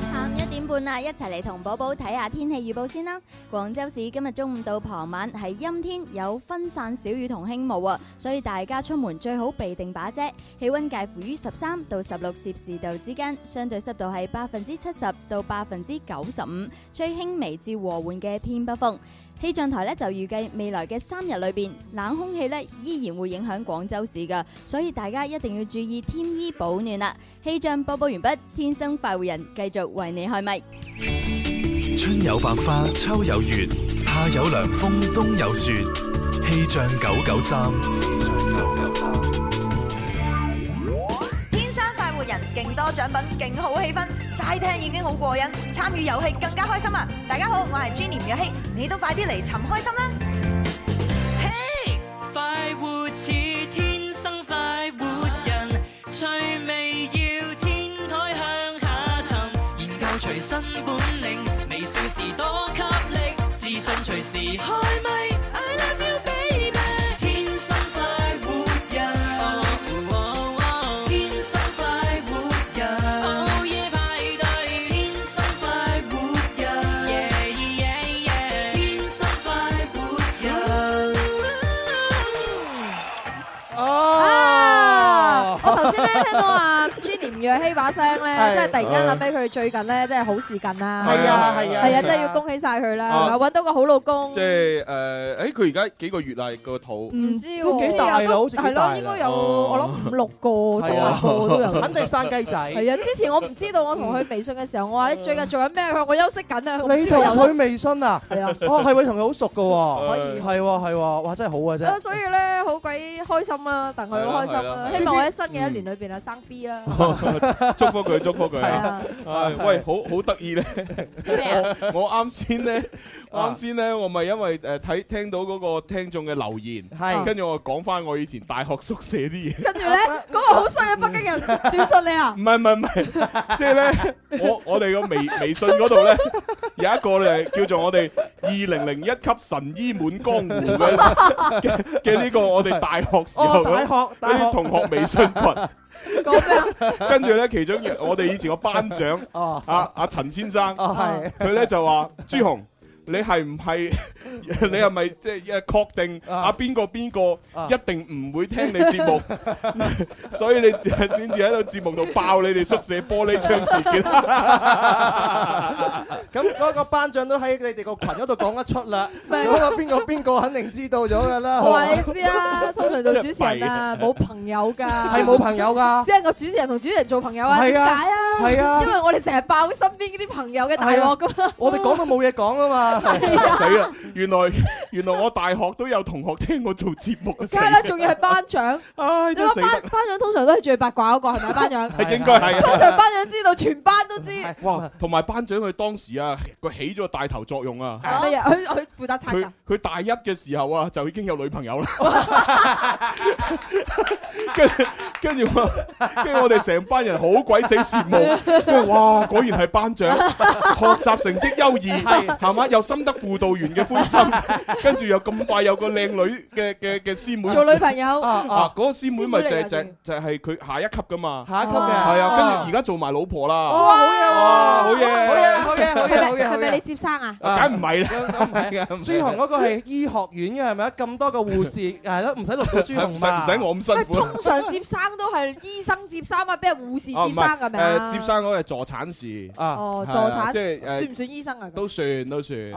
S1: 下午一點半啦，一齊嚟同寶寶睇下天氣預報先啦。廣州市今日中午到傍晚係陰天，有分散小雨同輕霧啊，所以大家出門最好備定把遮。氣温介乎於十三到十六攝氏度之間，相對濕度係百分之七十到百分之九十五，吹輕微至和緩嘅偏北風。氣象台咧就預計未來嘅三日裏邊，冷空氣咧依然會影響廣州市噶，所以大家一定要注意添衣保暖啊啦。氣象播報完畢，天生快活人繼續為你開咪。
S9: 春有百花，秋有月，夏有涼風，冬有雪。氣象九九三，
S18: 天生快活人，勁多獎品，勁好氣氛，齋聽已經好過癮，參與遊戲更加開心啊！大家好，我係 Jenny 吳若希，你都快啲嚟尋開心啦！
S2: 快活似天生快活人，趣味要天台向下沉，研究隨身本領，微笑時多給力，自信隨時開咪。I love you baby，天生快活人，哦哦哦天生快活人，午夜派對，天生快活人，yeah yeah yeah，天生快活人。
S6: 哦
S5: 啊！
S7: 我頭先咧聽到 啊 Jenny 吳若希把聲
S5: 係
S7: 咧，真係突然間諗起佢最近咧，真係好事近啦。
S6: 係啊係啊
S7: 係
S6: 係啊
S7: 啊，真係要恭喜晒佢啦，
S6: 啊
S7: 係咪揾到個好老公
S6: 即。係誒，誒佢而家幾個月啦個肚？
S7: 唔知喎，
S5: 都幾大啦
S7: 都
S5: 好似幾
S7: 係
S5: 大啦
S7: 咯，應該有
S6: 哦
S7: 我諗五六個、十
S5: 係啊
S7: 八個都 有，
S5: 肯定生雞仔
S7: 係啊，之前我唔知道，我同佢微信嘅時候，我話你最近做緊咩？佢話我休息緊啊。我唔
S5: 你
S7: 知道
S5: 同
S7: 有
S5: 佢微信啊？
S7: 係啊
S5: 哦，係喎，你同佢好熟噶喎，
S7: 可以
S5: 係喎，係喎，哇，真係好啊，真
S7: 啊，
S5: 係。
S7: 所以咧好鬼開心啦，戥佢好開心
S5: 係啦係啦，
S7: 啦希望我喺新嘅一年裏邊啊生 B 啦。
S6: 祝福佢，祝福佢啊！
S3: 係
S6: 唉
S3: 啊
S6: 喂，好好得意咧！
S7: 啊
S6: 我我啱先咧，我啱先咧，我咪因為誒睇聽到嗰個聽眾嘅留言，
S7: 係
S6: 跟住我講翻我以前大學宿舍啲嘢。
S7: 跟住咧，嗰個好衰嘅北京 人短信你啊！
S6: 唔係唔係唔係，即係咧，我我哋個微微信嗰度咧有一個咧叫做我哋二零零一級神醫滿江湖嘅 嘅嘅呢個我哋大學時候
S5: 哦大學
S6: 嗰啲同學微信群。跟住咧，其中一我哋以前個班長
S5: 哦
S6: 啊阿阿陳先生，
S5: 係
S6: 佢咧就話：朱紅，你係唔係 你係咪即係確定
S7: 啊
S6: 阿邊個邊個一定唔會聽你節目， 所以你只係先至喺度節目度爆你哋宿舍玻璃窗事件。
S5: 咁嗰個班長都喺你哋個群嗰度講得出啦，嗰個邊個邊個肯定知道咗㗎啦。
S7: 我話你知啊，通常做主持 人
S5: 真係
S7: 啊，
S5: 弊
S7: 冇朋友㗎，
S5: 係冇朋友㗎
S7: 即係個主持人同主持人做朋友啊？
S5: 係
S7: 點
S5: 啊
S7: 解啊？
S5: 係啊
S7: 因為我哋成日爆身邊嗰啲朋友嘅大鑊㗎嘛。
S5: 我哋講到冇嘢講啊嘛。
S6: 死啦！原來原來我大學都有同學聽我做節目，
S7: 梗係啦，仲要係班長。
S6: 唉，
S7: 你話
S6: 真係死
S7: 班
S6: 得
S7: 班長通常都係最八卦嗰個，係咪 班長？
S6: 係應該係
S7: 通常班長知道，全班都知。係
S6: 哇！同埋班長佢當時啊，佢起咗帶頭作用啊！
S7: 乜嘢？佢佢負責拆
S6: 佢
S7: 㗎。
S6: 佢大一嘅時候啊，就已經有女朋 友啦。跟跟住我，跟住我哋成班人好鬼死羨慕。跟住哇，果然係班長，學習成績優異，係嘛？有心得輔導員嘅歡心，跟住又咁快有個靚女嘅嘅嘅師妹
S7: 做女朋友啊啊
S6: 啊！嗰個師妹咪就係
S7: 師妹嚟㗎哦
S6: 就係就係佢下一級噶嘛，
S5: 下一級嘅
S6: 係啊！跟住而家做埋老婆啦。
S7: 哇好嘢喎
S6: 哇好嘢！
S5: 好嘢好嘢好嘢好
S7: 係咪
S5: 嘢好
S7: 係咪你
S5: 嘢！
S7: 接生啊？
S6: 梗唔 係啦，
S5: 朱紅嗰個係醫學院嘅係咪啊？咁多個 護士係咯，唔使錄到朱
S6: 唔
S5: 紅
S6: 使唔
S5: 嘛。
S6: 使我咁辛苦。
S7: 啊
S6: 啊
S7: 通常接生都係醫生接生啊，俾人護士
S6: 哦
S7: 接
S6: 唔
S7: 生
S6: 係
S7: 㗎咪啊？
S6: 誒接生嗰個係助產士啊
S7: 哦，助產
S6: 即係
S7: 算唔
S6: 誒
S7: 算醫生啊？
S6: 都算都
S5: 哦
S6: 算。
S5: 係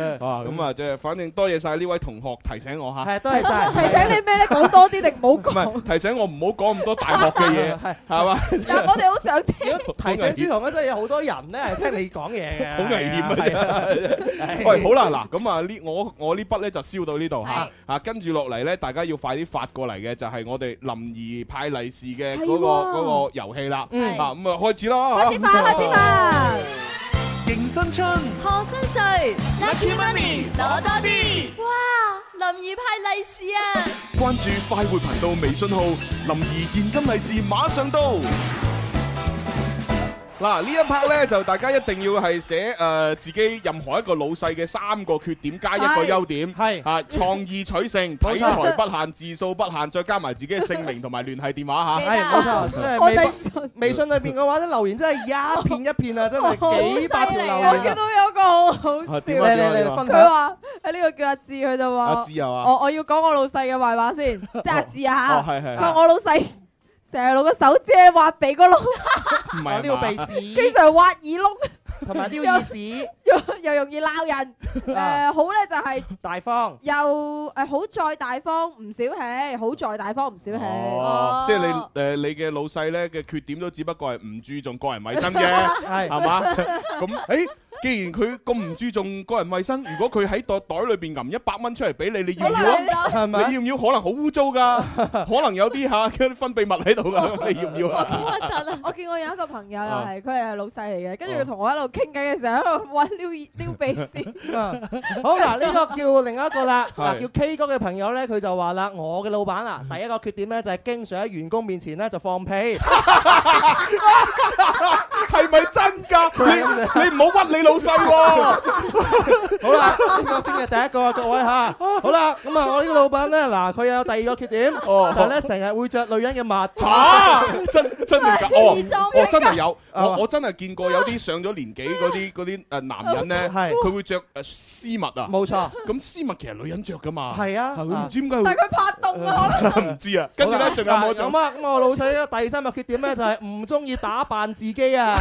S6: 啊，咁啊，即係反正多謝晒呢位同學提醒 我嚇。
S5: 係多謝晒
S7: 提醒你咩咧？講多啲定唔
S6: 唔
S7: 好講？啊
S6: 係提醒我唔好講咁多大學嘅嘢，係嘛？
S7: 但係我哋好想聽。
S5: 提醒朱紅咧，真係有好多人咧係聽你講嘢嘅。
S6: 好危險啊！真係喂，好啦，嗱，咁啊呢我我呢筆咧就燒到呢度嚇，啊跟住落嚟咧，大家要快啲發過嚟嘅就係我哋林兒派利是嘅嗰個
S14: 係喎
S6: 嗰個遊戲啦，啊
S14: 嗯
S6: 咁啊開始啦，
S14: 開始發開始
S15: 發
S14: 迎新春，
S15: 贺新岁，Lucky Money 攞多啲！
S14: 啲
S15: 哇，林怡派利是啊！
S9: 关注快活频道微信号，林儿现金利是马上到。
S6: 嗱呢一 part 咧就大家一定要係寫誒自己任何一個老細嘅三個缺點加一個優點，係啊創意取勝、
S5: 冇錯
S6: 體裁不限、字數不限，再加埋自己嘅姓名同埋聯繫電話嚇。
S5: 係啊冇
S1: 啊
S5: 錯，即係微博微信裏邊嘅話，啲留言真係一片一片啊，真 係幾百條
S7: 我
S5: 留
S7: 見
S5: 言啊。
S7: 到有一個好好笑
S5: 啊點啊嚟嚟嚟
S7: 嘅
S5: 分享
S7: 佢話喺呢個叫阿志，佢就話
S6: 阿志啊係嘛
S7: 我我要講我老細嘅壞話先，即係阿志啊
S6: 哦係係
S7: 佢話我老細成日攞個手指嚟挖鼻哥窿，
S6: 唔係啊嘛
S5: 呢個鼻屎
S7: 經常挖耳窿，
S5: 同埋撩耳屎，
S7: 又又容易鬧人。 誒好咧就係
S5: 啊大方。
S7: 又誒好在大方唔小氣，好在大方唔小氣。
S6: 哦，即係你誒你嘅老細咧嘅缺點都只不過係唔注重個人衞生啫，
S5: 係
S6: 係嘛？ 咁誒，既然佢咁唔注重個人衞生，如果佢喺袋袋裏邊揞一百蚊出嚟俾你，你要唔要啊？
S5: 係咪
S6: 你要唔要？可能好污糟 㗎，可能有啲嚇啲分泌物喺度㗎，你要唔 要啊？
S7: 我見我有一個朋友又
S6: 啊
S7: 係，佢係老細嚟嘅，跟住佢同我喺度傾偈嘅時候喺度揾撩耳撩鼻屎。
S5: 啊好嗱，呢個叫另一 個啦，嗱
S7: 係
S5: 叫 K 哥嘅朋友咧，佢就話啦：我嘅老闆
S6: 嗯
S5: 啊，第一個缺點咧就係經常喺員工面前咧就放屁。
S6: 係咪真㗎？你你唔好屈你老細 喎！
S5: 好啦，呢個先係第一個啊，各位嚇。好啦，咁啊，我呢個老闆咧，嗱，佢有第二個缺點，就係咧成日會着女人嘅襪。
S6: 嚇！真真定假？哦
S5: 異狀，
S6: 我
S5: 嚟㗎啊
S6: 真係有，我我真係見過有啲上咗年紀嗰啲嗰啲誒男人咧，
S5: 係
S6: 佢會着誒絲襪啊，
S5: 冇錯。
S6: 咁絲襪其實女人着噶嘛，
S5: 係啊
S6: 佢唔知點解
S7: 但係
S6: 會
S7: 佢怕凍啊，可能。
S6: 唔知啊。跟住咧仲有冇一種
S5: 咁啊？咁我老細咧第三個缺點咧就係唔中意打扮自己啊，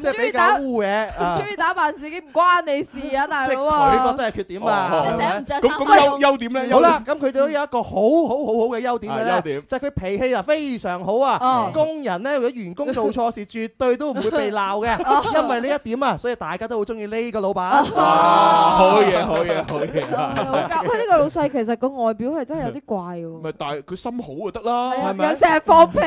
S5: 即係比較污嘅。啊
S7: 中意中意打扮自己唔關你事啊，大佬啊！
S5: 佢覺得係缺點
S7: 哦
S5: 啊，
S7: 哦
S5: 係咪
S7: 你成日唔着衫咁咁優
S6: 優點咧
S5: 好啦，咁佢都有一個好好好好嘅優點嘅
S6: 啊優
S5: 咧，就係佢脾氣啊非常好啊
S6: 哦。
S5: 工人咧，如果員工做錯事，絕對都唔會被鬧
S6: 哦
S5: 嘅，因為呢一點啊，所以大家都好中意呢個老
S6: 啊
S5: 闆。
S6: 好嘢，好嘢，好嘢！
S7: 喂，呢個老細其實個外表係真係有啲怪喎，
S6: 咪但係佢心好就得啦，係
S7: 又成日放屁，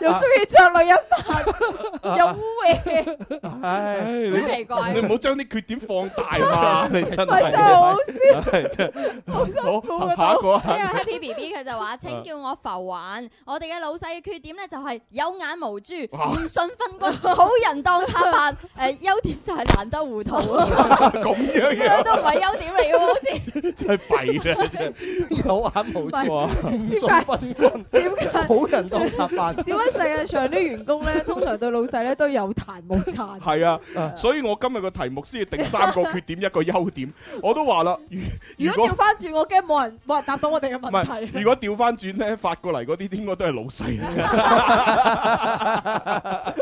S7: 又中意着女人
S6: 啊
S7: 扮，又污衊。
S5: 唉，
S6: 你
S7: 好奇怪
S6: 你唔好將啲缺點放大嘛！你真係
S7: 喂真係好
S6: 係真係好
S7: 辛
S6: 下一個啊，
S1: 呢個 Happy B B 佢就
S7: 啊
S1: 話：請叫我浮玩。我哋嘅老細嘅缺點咧就係有眼無珠，
S6: 哇
S1: 唔信分君，好人當插 扮。誒優點就係懶得糊塗啊，
S6: 咁樣
S1: 呢個
S6: 樣
S1: 都唔係優點嚟喎，好似
S6: 真係弊啦！真係
S5: 有眼無
S7: 珠
S6: 哇
S5: 唔信分君，
S7: 點解
S5: 好人當插班？
S7: 點解世界上啲員工咧，通常對老細咧都有彈冇彈？
S6: 係啊，所以我今日個題目先至定三個缺點一個優點，我都話啦，如
S7: 如果調翻轉，我驚冇人冇人答到我哋嘅
S6: 唔
S7: 問題。
S6: 係，如果調翻轉咧，發過嚟嗰啲應該都係老細嚟 嘅。
S5: 好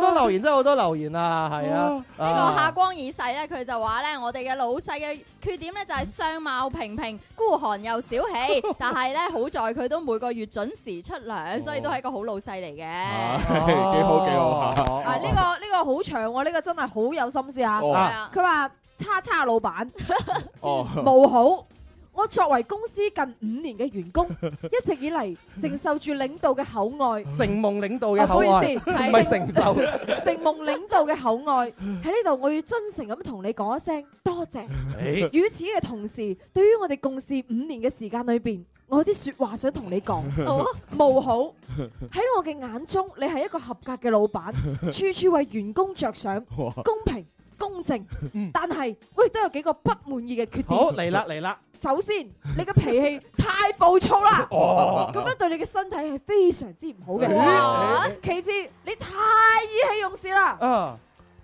S5: 多留言真係好多留言啊，係
S7: 哦
S5: 啊，
S1: 呢個夏光已逝咧，佢就話咧，我哋嘅老細嘅缺點咧就係相貌平平、孤寒又小 氣，但係咧好在佢都每個月準時出糧，所以都係一個好老細嚟嘅。
S6: 係哎幾好幾好
S7: 啊！呢個呢個好長喎，呢個真係好有心思啊！
S6: 哦 係啊
S7: 佢話叉叉老闆
S6: 哦
S7: 冇好。我作為公司近五年嘅員工，一直以嚟承受住領導嘅厚愛，
S5: 承夢領導嘅
S7: 啊唔好
S5: 口
S7: 意
S5: 愛，
S7: 思
S5: 唔係承受。
S7: 承夢領導嘅厚愛。喺呢度，我要真誠咁同你講一聲多謝。
S5: 誒
S7: 與此嘅同時，對於我哋共事五年嘅時間裏邊，我有啲説話想同你講
S14: 好啊。
S7: 冇好。喺我嘅眼中，你係一個合格嘅老闆，處處為員工着想，
S14: 哇
S7: 公平公正。但係，喂，都有幾個不滿意嘅缺點。
S5: 好嚟啦嚟啦！
S7: 首先，你嘅脾氣太暴躁啦，
S5: 哦
S7: 咁樣對你嘅身體係非常之唔好嘅。
S5: 哇
S7: 其次，你太意氣用事啦。
S5: 啊，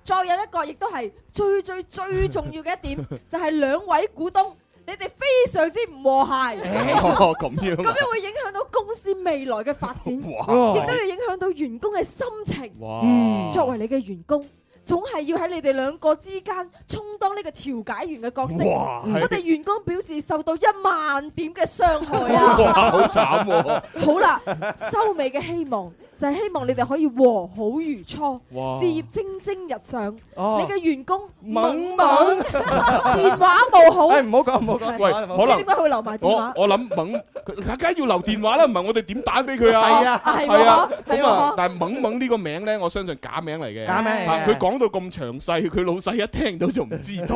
S7: 再有一個亦都係最最最重要嘅 一點，就係兩位股東，你哋非常之唔和諧，
S6: 哦咁樣啊
S7: 咁樣會影響到公司未來嘅發
S5: 哦
S7: 展，亦
S6: 哇
S7: 都會影響到員工嘅心情。
S6: 哇
S7: 嗯作為你嘅員工。總係要喺你哋兩個之間充當呢個調解員嘅角色。
S6: 哇係
S7: 我哋員工表示受到一萬點嘅傷害
S3: Ờ.
S7: 啊！
S6: 哇，好慘喎！
S7: 好啦，收尾嘅希望就係希望你哋可以和好如初，
S6: 哇
S7: 事業蒸蒸日上。
S5: 哦
S7: 你嘅員工
S5: 猛
S7: 猛
S5: 猛
S7: 電話冇好，
S5: 誒唔好講唔好講
S6: 喂，
S5: 電話
S6: 可
S7: 知
S6: 能
S7: 點解佢會留埋電話
S6: 我？我諗猛，佢梗係要留電話啦，唔係我哋點打俾佢啊？
S7: 係啊係喎
S6: 係啊，
S7: 係喎
S6: 咁啊，但係猛猛呢個名咧，我相信假名嚟嘅。
S5: 假名嚟嘅
S7: 啊
S6: 係啊佢講到咁詳細，佢老細一聽到就唔知 道。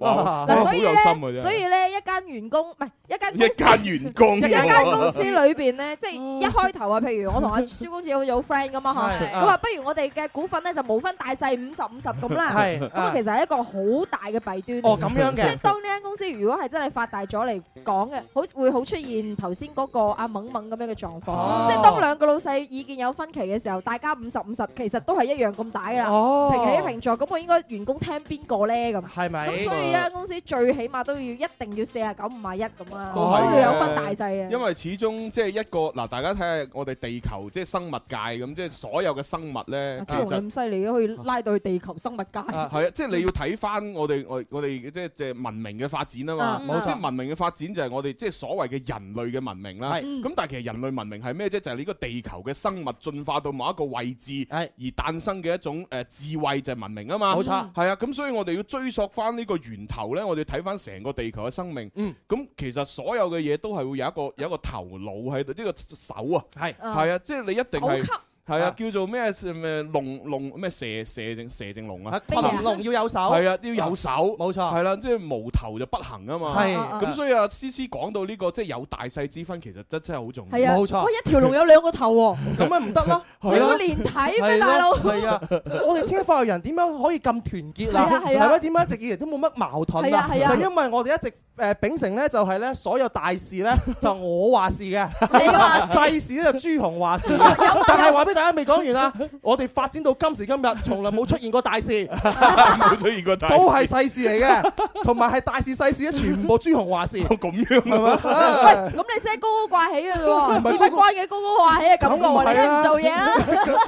S6: 哇，
S7: 啊嗱，
S6: 好
S7: 所以
S6: 有心啊！
S7: 咧，
S6: 真
S7: 所
S6: 係
S7: 以咧，一間員工唔係一間公
S6: 一
S7: 司
S6: 間員工，
S7: 一 間公司裏 邊咧，即係一開頭啊，譬如我同阿蕭公子好似好 friend 咁嘛，
S14: 係
S7: 嚇，佢話不如我哋嘅股份咧就冇分大細五十五十咁啦，
S14: 係
S7: 咁啊
S14: 啊
S7: 其實係一個好大嘅弊端。
S14: 哦咁樣嘅
S7: 即係當呢間公司如果係真係發大咗嚟講嘅，好會好出現頭先嗰個阿猛猛咁樣嘅狀
S14: 哦
S7: 況，即係當兩個老細意見有分歧嘅時候，大家五十五十其實都係一樣咁大㗎啦
S5: 哦，
S7: 平起平坐。咁我應該員工聽邊個咧咁？
S5: 係咪
S7: 咁所以一間公司最起碼都要一定要四啊九五啊一咁啊，
S6: 都
S7: 都
S6: 係嘅
S7: 要有分大細啊。
S6: 因為始終即係一個嗱，大家睇下我哋地球即係生物界咁，即係所有嘅生物咧，其
S7: 朱紅你
S6: 實
S7: 咁犀利嘅，可以拉到去地球生物界。
S6: 係啊，即係你要睇翻我哋我我哋即係即係文明嘅發展啊嘛，
S7: 嗯冇錯
S6: 即係文明嘅發展就係我哋即係所謂嘅人類嘅文明啦。
S7: 係嗯
S6: 咁但係其實人類文明係咩啫？就係呢個地球嘅生物進化到某一個位置，而誕生嘅一種誒智慧就係文明啊嘛。
S5: 冇錯
S6: 係啊，咁所以我哋要追溯翻呢個源頭咧，我哋睇翻成個地球嘅生命。
S5: 嗯，
S6: 咁其實所有嘅嘢都係會有一個有一個頭腦喺度，即係個手啊，
S5: 係
S6: 係啊，即係你一定係
S5: 手級。
S6: 係啊，叫做咩咩龍龍咩蛇蛇定蛇定龍啊？
S5: 群龍要有手，
S6: 係啊，要有手，冇
S5: 錯，
S6: 係啦，即係無頭就不行啊嘛。
S5: 係
S6: 咁所以啊，思思講到呢個即係有大細之分，其實真真係好重要。
S7: 係啊，喂，一條龍有兩個頭喎，
S5: 咁咪唔得咯？
S7: 你會連體咩，大佬？
S5: 係啊，我哋天法人點樣可以咁團結啊？
S7: 係啊係啊
S5: 咪？點解一直以嚟都冇乜矛盾
S7: 係啊係啊
S5: 就因為我哋一直誒秉承咧就係咧所有大事咧就我話事嘅，
S7: 你話事啊
S5: 細事咧就朱紅話 事嘅。但係話俾大家未講完啊，我哋發展到今時今日，從來冇出現過大 事，
S6: 冇出現過大事
S5: 都係細事嚟嘅，同埋係大事細事咧全部朱紅話事。
S6: 咁樣
S5: 係嘛？啊
S7: 喂，咁你真係高高掛起嘅
S5: 唔
S7: 啫
S5: 係
S7: 喎，事不關己高高掛起嘅感覺
S5: 咁唔係
S7: 喎，你梗係
S5: 啦
S7: 唔做嘢 啦，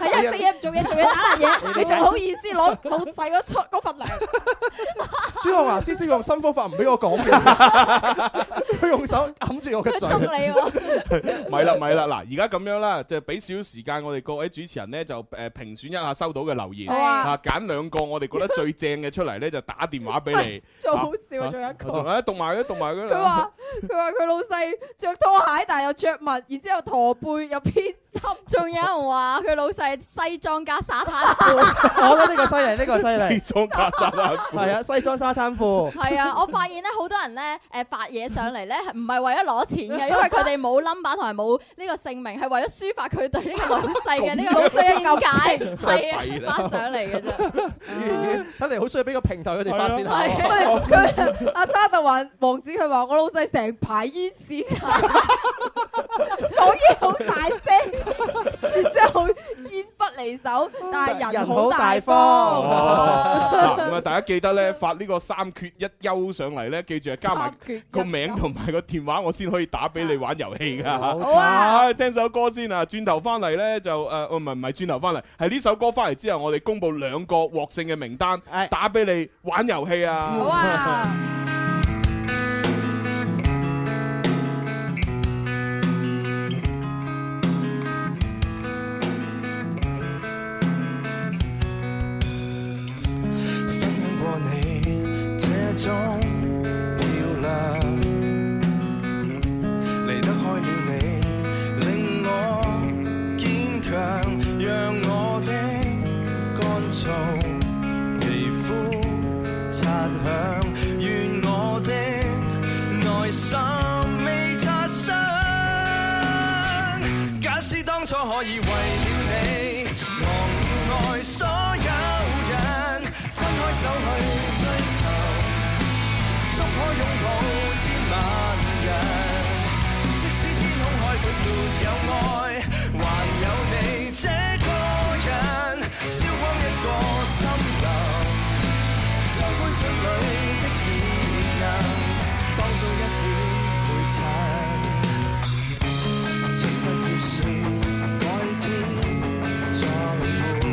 S7: 係因為食嘢唔做嘢，做嘢打爛嘢，你仲好意思攞老細嗰出嗰份糧？
S5: 朱紅話：思思用新方法唔俾我講嘢， 佢用手揞住我嘅 嘴。
S7: 捉你喎！
S6: 咪啦咪啦，嗱，而家咁樣啦，就俾少少時間我哋各位主持人呢，就誒評選一下收到嘅留言，
S7: 好啊
S6: 啊揀兩個我哋覺得最正嘅出嚟呢，就打電話俾 你。
S7: 最好笑啊仲有一個
S6: 仲有讀埋佢，讀埋佢。
S7: 佢話佢話佢老細着拖鞋，但係又着襪，然之後駝背又偏心，
S1: 仲有人話佢老細西裝加沙灘
S5: 我覺得呢個犀利，呢個犀利。
S6: 西裝加沙灘褲
S5: 係啊，西裝沙灘褲。
S1: 係啊，我發現咧好多人咧誒發嘢上嚟咧，係唔係為咗攞錢嘅，因為佢哋冇 number 同埋冇呢個姓名，係為咗抒發佢對呢個老細 嘅呢個老細嘅見解， 係啊，發上嚟嘅 啫。啊
S5: 睇嚟好需要俾個平台佢哋發泄下
S6: 哦
S7: 係
S5: 喎。
S7: 佢阿沙特話王子佢話我老細成排煙紙，講嘢 好大聲，然之後煙不離手，但係人好大方。
S6: 嗱，咁啊，大家記得咧發呢個三缺一優上嚟咧，記住係加埋個名同埋個電話，我先可以打俾你玩遊戲噶。好
S7: 啊
S6: 唉聽首歌先啊，轉頭翻嚟咧就誒，哦唔係唔係轉頭翻嚟，係呢首歌翻嚟之後，我哋公佈兩個獲勝嘅名單，打俾你玩遊戲啊！
S7: 好啊！
S2: 分享過你這種漂亮，離得開了你，令我堅強，讓我的乾燥皮膚擦響，願我的內心未擦傷。假使當初可以為了你，忘了愛所有人，分開手去追尋，足可擁抱千萬人。即使天空海闊沒有愛，還有你這個人，燒光一個心流，在灰燼裏的熱能，當中一點陪襯。請不要說改天再會，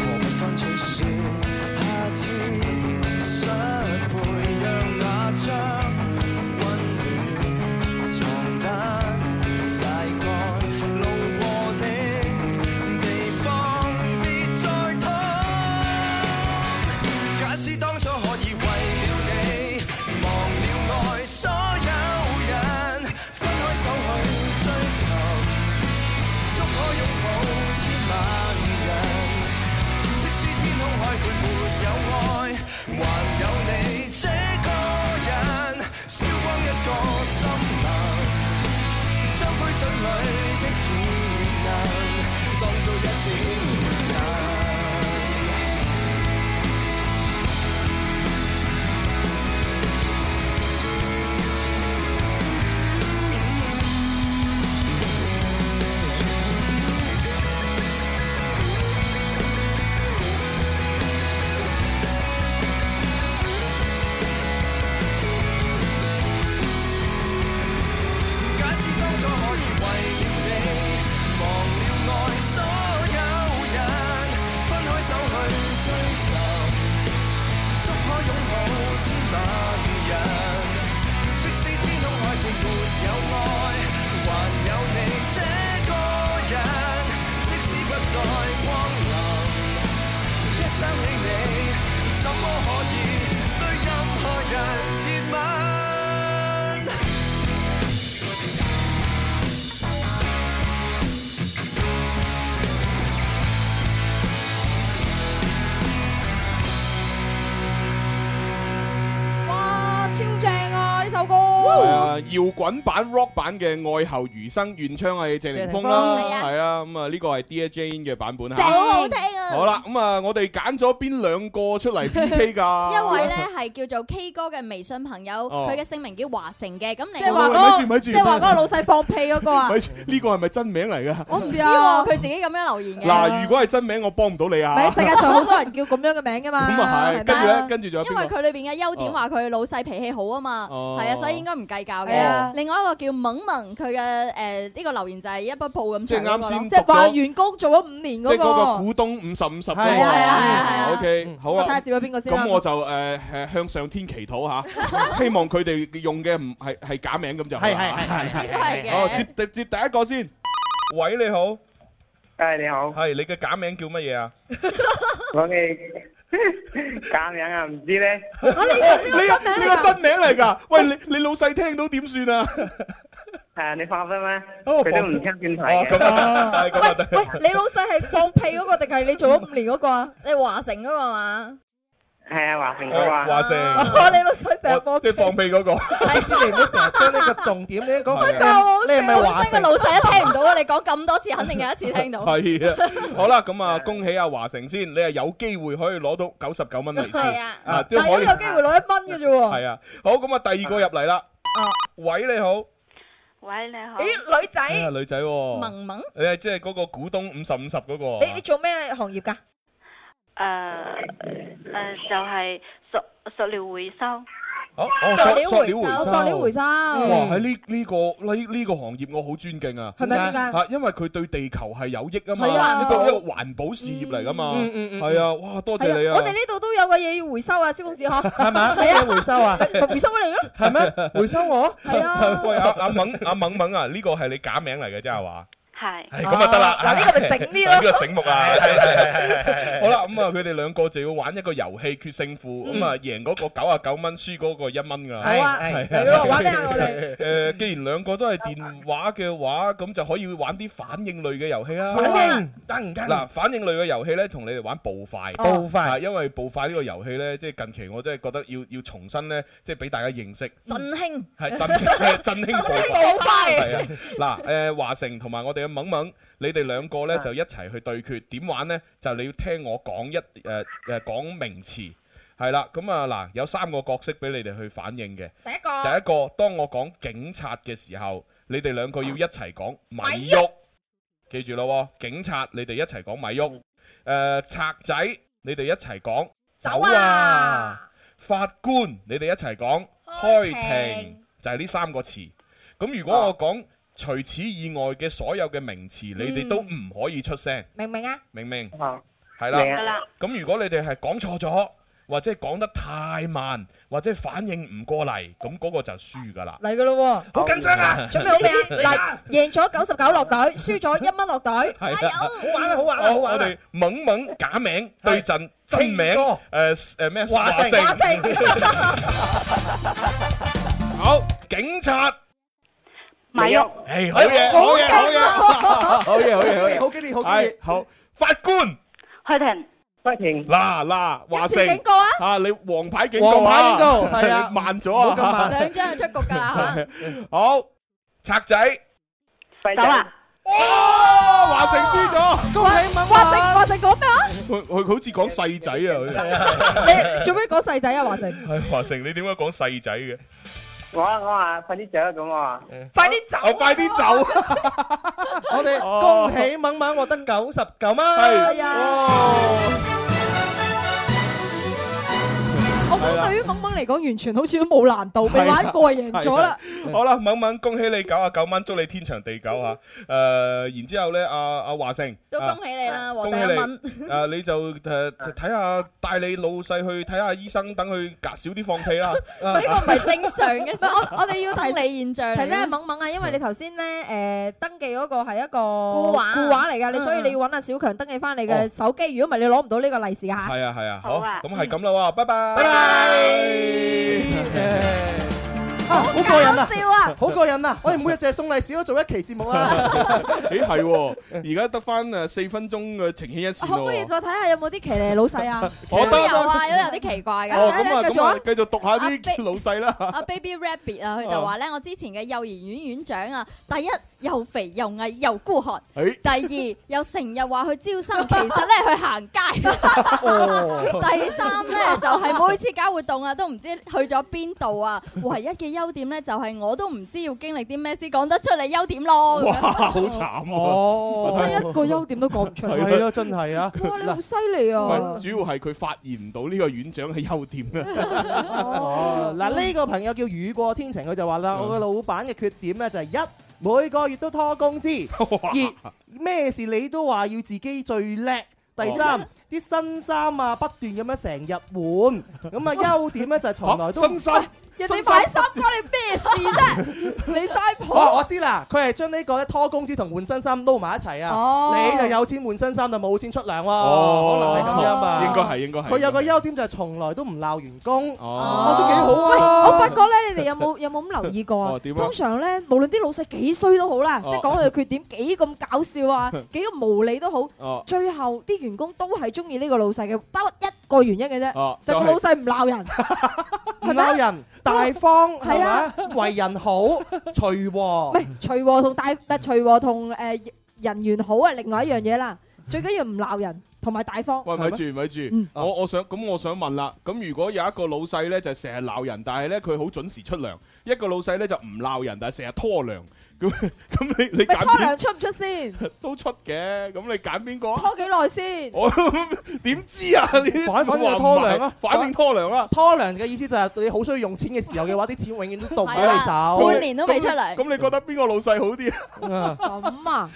S2: 何不乾脆說下次相會，讓那張溫暖床單曬乾，路過的地方別再拖。假使當初可以為了你，忘了愛所有人，分開手去追尋，足可擁抱千萬人。即使天空海闊沒有愛，還有你這個人，燒光一個心流，將灰燼裏的熱能當做一點讚。假使當初可以為了你，忘了愛所有人，分開手去追尋，足可擁抱千萬人。即使天空海闊沒有愛，還有你這個人。即使不再光臨，一想起你，怎麼可以對任何人熱吻？
S7: 哇，超正啊！呢首歌。
S6: 係啊，搖滾版、rock 版嘅《愛後餘生》，原唱係謝霆鋒啦，
S7: 謝霆鋒係啊
S1: Dạ,
S6: 係啊，咁啊呢個係 Dear Jane 嘅版本嚇，
S1: 好好聽啊！
S6: 好啦，咁啊，我哋揀咗邊兩個 出嚟 P K 㗎？
S1: 一位咧係叫做 K 哥嘅微信朋友，
S6: 哦
S1: 佢嘅姓名叫華成嘅。咁你
S7: 即係話嗰個，即係話嗰個老細放屁嗰個啊！
S6: 咪住呢個係咪真名嚟㗎？
S1: 我唔知喎，佢自己咁樣留言嘅。
S6: 嗱，如果係真名，我幫唔到你啊。
S7: 咪世界上好多人叫咁樣嘅名噶嘛，
S6: 咁啊係，
S7: 係
S6: 跟住
S7: 咪
S6: 咧，？跟住仲有邊
S1: 因
S6: 個
S1: 為佢裏邊嘅優
S6: Ờ。
S1: 點話佢老細脾氣好啊嘛，
S6: 哦
S1: 係啊，所以應該唔計較
S7: 係啊
S1: 嘅。另外一個叫萌萌，佢嘅誒呢個留言就係一筆鋪咁
S6: 即係
S1: 長嗰個咯，
S6: 啱先
S7: 即係話員工做咗五年
S6: 即係
S7: 嗰
S6: 嗰個
S7: 個，
S6: 股東五十五十嗰個
S7: 係啊係啊係啊係啊
S6: O K，好
S7: 我睇
S6: 啊
S7: 下。接咗邊個先啦
S6: 咁我就誒誒向上天祈禱 嚇，希望佢哋用嘅唔係係假名咁就好啦
S14: 係係係係應該係嘅
S6: 好接接接第一個先，喂你好，誒你好，係你嘅假名叫乜嘢啊？
S14: 我嘅假名啊，唔知咧。
S6: 你你個真名嚟㗎？喂你你老細聽到點算啊？
S14: 係你發咩咩？
S6: 哦
S14: 佢都唔聽見
S6: 哦
S14: 睇
S6: 咁啊
S14: 嘅。
S6: 得，係咁啊得。
S7: 你老細係放屁嗰個定係你做咗五年 嗰個啊？
S1: 你華城嗰個嘛？
S14: 係啊，華成佢話。
S6: 華成
S7: 哦，你老細成日放
S6: 即係放屁嗰個。
S5: 你唔好成日將呢個重點，你 講
S6: 係
S5: 你你係咪華
S1: 本身
S5: 城
S1: 個老細一聽唔到啊，你講咁多次，肯定有一次聽到。
S6: 係啊，好啦，咁啊，恭喜阿華成先，你係有機會可以攞到九十九蚊利是
S7: 係啊
S6: 啊，都
S7: 但係
S6: 可
S7: 都
S6: 以
S7: 有機會攞一蚊嘅啫喎。
S6: 係啊。好，咁啊，第二個入嚟啦，
S7: 哦，
S6: 喂，你好，
S7: 喂你好，咦女
S6: 哎呀
S7: 仔，
S6: 女仔喎，
S7: 萌萌，
S6: 你係即係嗰個股東五十五十嗰個啊
S7: 你你。做咩行業㗎？
S19: 誒，就係塑塑料回收。
S6: 哦哦，
S19: 塑料
S6: 塑
S19: 回收
S7: 塑料回收
S6: 哇！喺呢呢個呢呢個行業我好尊敬啊，
S7: 係咪點解
S6: 嚇因為佢對地球係有益啊嘛，
S7: 係啊
S6: 呢個一個環保事業嚟噶嘛，
S7: 嗯嗯嗯嗯
S6: 係啊，哇！多謝你
S7: 係啊，
S6: 啊，
S7: 我哋呢度都有個嘢要回收啊，蕭公子 嚇，係
S5: 咪啊
S7: 係啊，
S5: 咩回收啊
S7: 咪回收我哋咯，
S5: 係咩？回收我
S7: 係啊。
S6: 喂，阿阿猛阿猛猛啊，呢個係你假名嚟嘅啫係嘛？
S19: 係。
S6: 係咁啊得 啦，
S19: 嗱呢個咪醒啲咯
S6: 呢個醒 目啊，係係係係。好啦，咁啊佢哋兩個就要玩一個遊戲決勝負，咁啊贏嗰個九啊九蚊，輸嗰個一蚊㗎啦。
S7: 好啊
S6: 係
S7: 嚟咯玩咩啊我哋
S6: 誒，既然兩個都係電話嘅話，咁就可以玩啲反應類嘅遊戲啦。
S5: 反應噔 噔
S6: 嗱，反應類嘅遊戲咧，同你哋玩步快。
S5: 哦步快
S6: 啊因為步快呢個遊戲咧，即係近期我真係覺得要要重新咧，即係俾大家認識。
S1: 振興
S6: 係 振興振興步快，
S1: 步快
S6: 係啊！嗱，誒華成同埋我哋嘅萌萌，你哋兩個咧就一齊去對決。點玩咧？就你要聽我講一誒誒講名詞，係啦。咁啊嗱，有三個角色俾你哋去反應嘅。
S7: 第一個
S6: 第一個，當我講警察嘅時候，你哋兩個要一齊講米喐，記住咯喎，警察你哋一齊講米
S14: 嗯
S6: 喐。誒賊仔你哋一齊講走啊，法官你哋一齊講開庭，就係呢三個詞。咁如果
S14: 啊
S6: 我講除此以外嘅所有嘅名詞，你哋都唔可以出聲，
S7: 明唔明啊？
S6: 明唔明？
S14: 嗯啊
S6: 係
S14: 明
S6: 啦
S14: 啊。
S6: 咁如果你哋係講錯咗，或者講得太慢，或者反應唔過嚟，咁嗰個就輸㗎啦。
S7: 嚟噶咯喎，
S6: 好緊張啊
S7: 準備好未啊？ 嗱，贏咗九十九落 袋，輸咗一蚊落袋，
S6: 係啦，
S5: 好玩啦好玩啦好
S6: 我
S5: 玩
S6: 我
S5: 啦
S6: 哋懵懵假名對陣真名，誒誒咩
S5: 華
S6: 華
S5: 城
S6: 城。
S7: 成。
S6: 好，警察。
S19: 咪喐
S6: 誒，好嘢，好嘢，好嘢，
S3: Ờ,
S6: 好嘢，好嘢，好嘢，
S5: 好激烈好激烈
S6: 係好，法官。
S19: 開庭。
S6: 開庭。嗱嗱，華
S1: 一次
S6: 成。
S1: 警告啊
S6: 啊，你黃牌警告啊。
S5: 黃牌警 告係 啊
S6: 慢咗啊。
S5: 唔好咁慢
S1: 兩張就出局㗎啦嚇。
S6: 好，賊仔。
S7: 走啊！
S6: 哦，華成輸咗，
S5: 恭喜敏
S7: 華成，華成講咩啊？
S6: 佢佢好似講細仔啊，
S7: 你做咩講細仔啊？華成，
S6: 佢。係華成，你點解講細仔嘅？
S14: 我啊我話快啲走啊咁啊。
S7: 快啲走
S6: 我哦快啲走。啊
S5: 我哋恭喜猛猛獲得九十九蚊。
S6: 係
S7: 我覺得對於萌萌嚟講，完全好似都冇難度，未玩過贏咗啦。
S6: 係。係好啦，敏敏，恭喜你九啊九蚊，祝你天長地久啊！誒，然之後咧，阿阿華成
S1: 都
S6: 啊
S1: 恭喜你啦，獲
S6: 恭
S1: 得
S6: 喜
S1: 一 蚊。
S6: 你！誒，你就誒睇下帶你老細去睇下醫生，等佢隔少啲放屁啦。
S1: 呢個唔係正常嘅事
S7: 唔係啊 我我哋要提
S1: 生理現象嚟嘅
S7: 提醒阿萌萌啊，因為你頭先咧誒登記嗰個係一個
S1: 固話
S7: 固話嚟㗎，你
S1: 嗯
S7: 所以你要揾阿小強登記翻你嘅手機，如果唔係你攞唔到呢個利是啊嚇。
S6: 係啊係啊，
S7: 好
S6: 好，
S7: 啊
S6: 咁係咁啦喎，拜拜。
S5: 啊，好過癮啊
S7: 搞 笑啊！
S5: 好過癮啊！我哋每日淨係送利是都做一 期節目啊！
S6: 咦係喎，而家得翻誒四分鐘嘅呈現一線
S7: 可唔可以
S6: 咯。
S7: 再睇下有冇啲騎呢老細啊？
S6: 我得
S1: 都有啊，都有啲奇怪㗎。
S6: 哦，咁啊
S1: 繼
S6: 咁
S1: 續
S6: 啊，繼啊續讀下啲
S1: 阿
S6: 老細啦。 哦
S1: 阿 Baby Rabbit 啊，佢就話咧：我之前嘅幼兒園園長啊，第一又肥又矮又孤寒。
S6: 哎
S1: 第二又成日話去招生，其實咧去行街。
S6: 哦
S1: 第三咧就係每次搞活動啊，都唔知去咗邊度啊。唯一嘅優點咧就係我都唔知要經歷啲咩先講得出嚟優點咯。咁
S6: 哇，
S1: 樣
S6: 好啊慘
S5: 哦
S6: 啊！
S7: 真 係一個優點都講唔出。
S5: 係咯，真係啊！
S7: 哇！你好犀利
S6: 唔
S7: 啊！
S6: 係主要係佢發現唔到呢個院長嘅優點啊！
S5: 哦，嗯嗱呢個朋友叫雨過天晴，佢就話啦：我嘅老闆嘅缺點咧就係一每個月都拖工 資，二咩事你都話要自己最叻。第三，啲新衫啊不斷咁樣成日換， 咁啊優點咧就係 從 來都
S7: 嚇新衫人哋買衫關你咩事啫？ 你齋
S5: 哦，我
S7: 婆，
S5: 知啦，佢係將呢個咧拖工資同換新衫撈埋一齊
S7: 哦
S5: 啊！你就有錢換新衫，就冇錢出糧喎，可能
S6: 哦
S5: 係咁樣吧。
S6: 應該係應該係
S5: 佢有個優點就係從來都唔鬧員工，
S6: 哦
S5: 哦都幾好
S7: 喂，
S5: 啊！
S7: 我發覺咧，你哋 有冇有冇咁留意過啊
S5: 哦？點啊
S7: 通常咧，無論啲老細幾衰都好啦，即
S5: 哦
S7: 係講佢嘅缺點幾咁搞笑 啊，幾咁無理都
S6: 哦
S7: 好，最後啲員工都係中意呢個老細嘅，得一個原因嘅
S6: 哦
S7: 啫，就
S5: 就係
S7: 個老細唔鬧人。
S5: 唔鬧啊人，大方係
S7: 係
S5: 嘛
S7: 啊，
S5: 為人好，隨和。
S7: 隨和同大，唔係隨和同誒人緣好啊，另外一樣嘢啦，最緊要唔鬧人同埋大方。
S6: 喂，咪住咪
S5: 嗯
S6: 住，我我想咁我想問啦，咁如果有一個老細呢，就成日鬧人，但係呢，佢好準時出糧；一個老細呢，就唔鬧人，但係成日拖糧。咁 咁你你
S7: 咪拖
S6: 揀
S7: 糧出唔出 先？
S6: 邊都出嘅，咁你揀邊個啊？
S7: 拖幾耐先？
S6: 我點知啊？你
S5: 反反正係拖糧啊，
S6: 反正拖糧啦。
S5: 拖糧嘅意思就係你好需要用錢嘅時候嘅話，啲錢永遠都到唔到
S1: 係啊
S5: 你
S1: 啦
S5: 手。
S1: 半年都未出嚟
S6: 咁你覺得邊個老細好啲啊？
S7: 咁啊，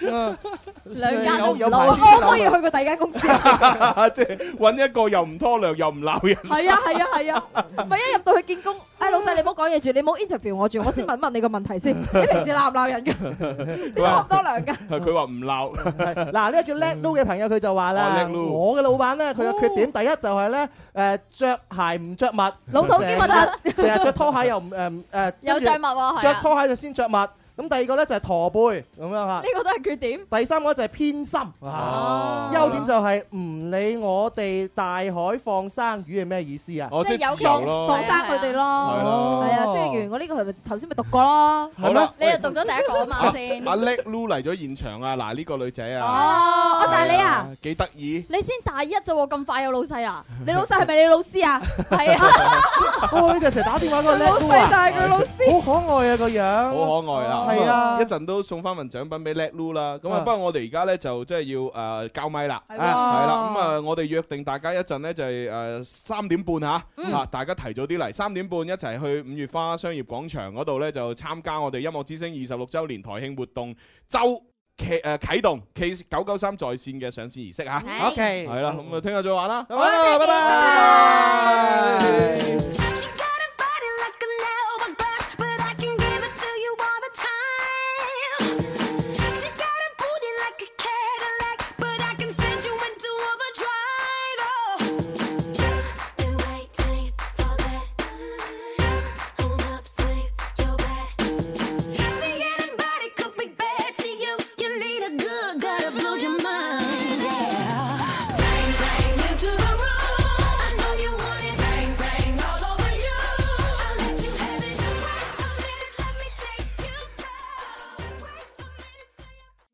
S1: 兩間都唔
S5: 有有
S1: 撈
S5: 排先知
S7: 我可
S5: 道
S7: 唔可以去過第二間公司啊？
S6: 即係揾一個又唔拖糧又唔鬧人。
S7: 係啊係啊係啊！咪一入到去 見工，哎老細你唔好講嘢住，你唔好 interview 我住，我先問一問你個問題 先。你平時鬧唔鬧人㗎？
S6: 佢話
S7: 多糧㗎？
S6: 佢話唔鬧。
S5: 嗱，呢個叫叻撈嘅朋友佢就話
S6: 哦
S5: 啦，
S6: 叻撈
S5: 我嘅老闆咧，佢嘅缺點第一就係咧，誒着鞋唔着襪，
S7: 老土
S5: 成
S7: 啲啊
S5: 日成日着拖鞋又唔誒誒，
S1: 有
S5: 跟住
S1: 着襪喎係啊
S5: 着拖鞋就先着襪。咁第二個咧就係駝背咁樣嚇
S1: 呢。個都係缺點。
S5: 第三個就係偏心，
S6: 哦
S5: 優點就係唔理我哋大海放生魚係咩意思啊？
S6: 哦即係即係自由咯
S7: 放生佢哋
S6: 係哦
S7: 咯
S6: 咯，
S7: 係啊，即係完我呢個係咪頭先咪讀過咯？
S6: 好啦
S1: 你又讀咗第一個啊嘛先。
S6: 阿叻 Lu 嚟咗現場啊！嗱，呢個女仔啊，
S1: 哦，
S7: 但係你啊，
S6: 幾得意。
S1: 你先大一咋喎，咁快有老細啦？
S7: 你老細係咪你老師啊？
S1: 係 啊。
S5: 哦，你就成日打電話嗰個叻
S7: 老
S5: 姑
S7: 細就
S5: 啊，
S7: 係佢老師。
S5: 好可愛啊個樣，
S6: 好可愛啦，
S5: 係啊
S6: 一陣都送翻份獎品俾叻 Lu 啦。咁啊，不過我哋而家咧就即係要誒呃交咪啦，係
S7: 係喎
S6: 啦。咁啊，我哋約定大家一陣咧就係誒三點半嚇，
S7: 嗯
S6: 啊大家提早啲嚟，三點半一齊去五月花商業廣場嗰度咧就參加我哋音樂之星二十六週年台慶活動周。啟誒啟動 K 九九三在線嘅上線儀式嚇
S5: 係 OK
S6: 係啦，咁啊聽日再玩啦，
S5: 好啦，拜拜。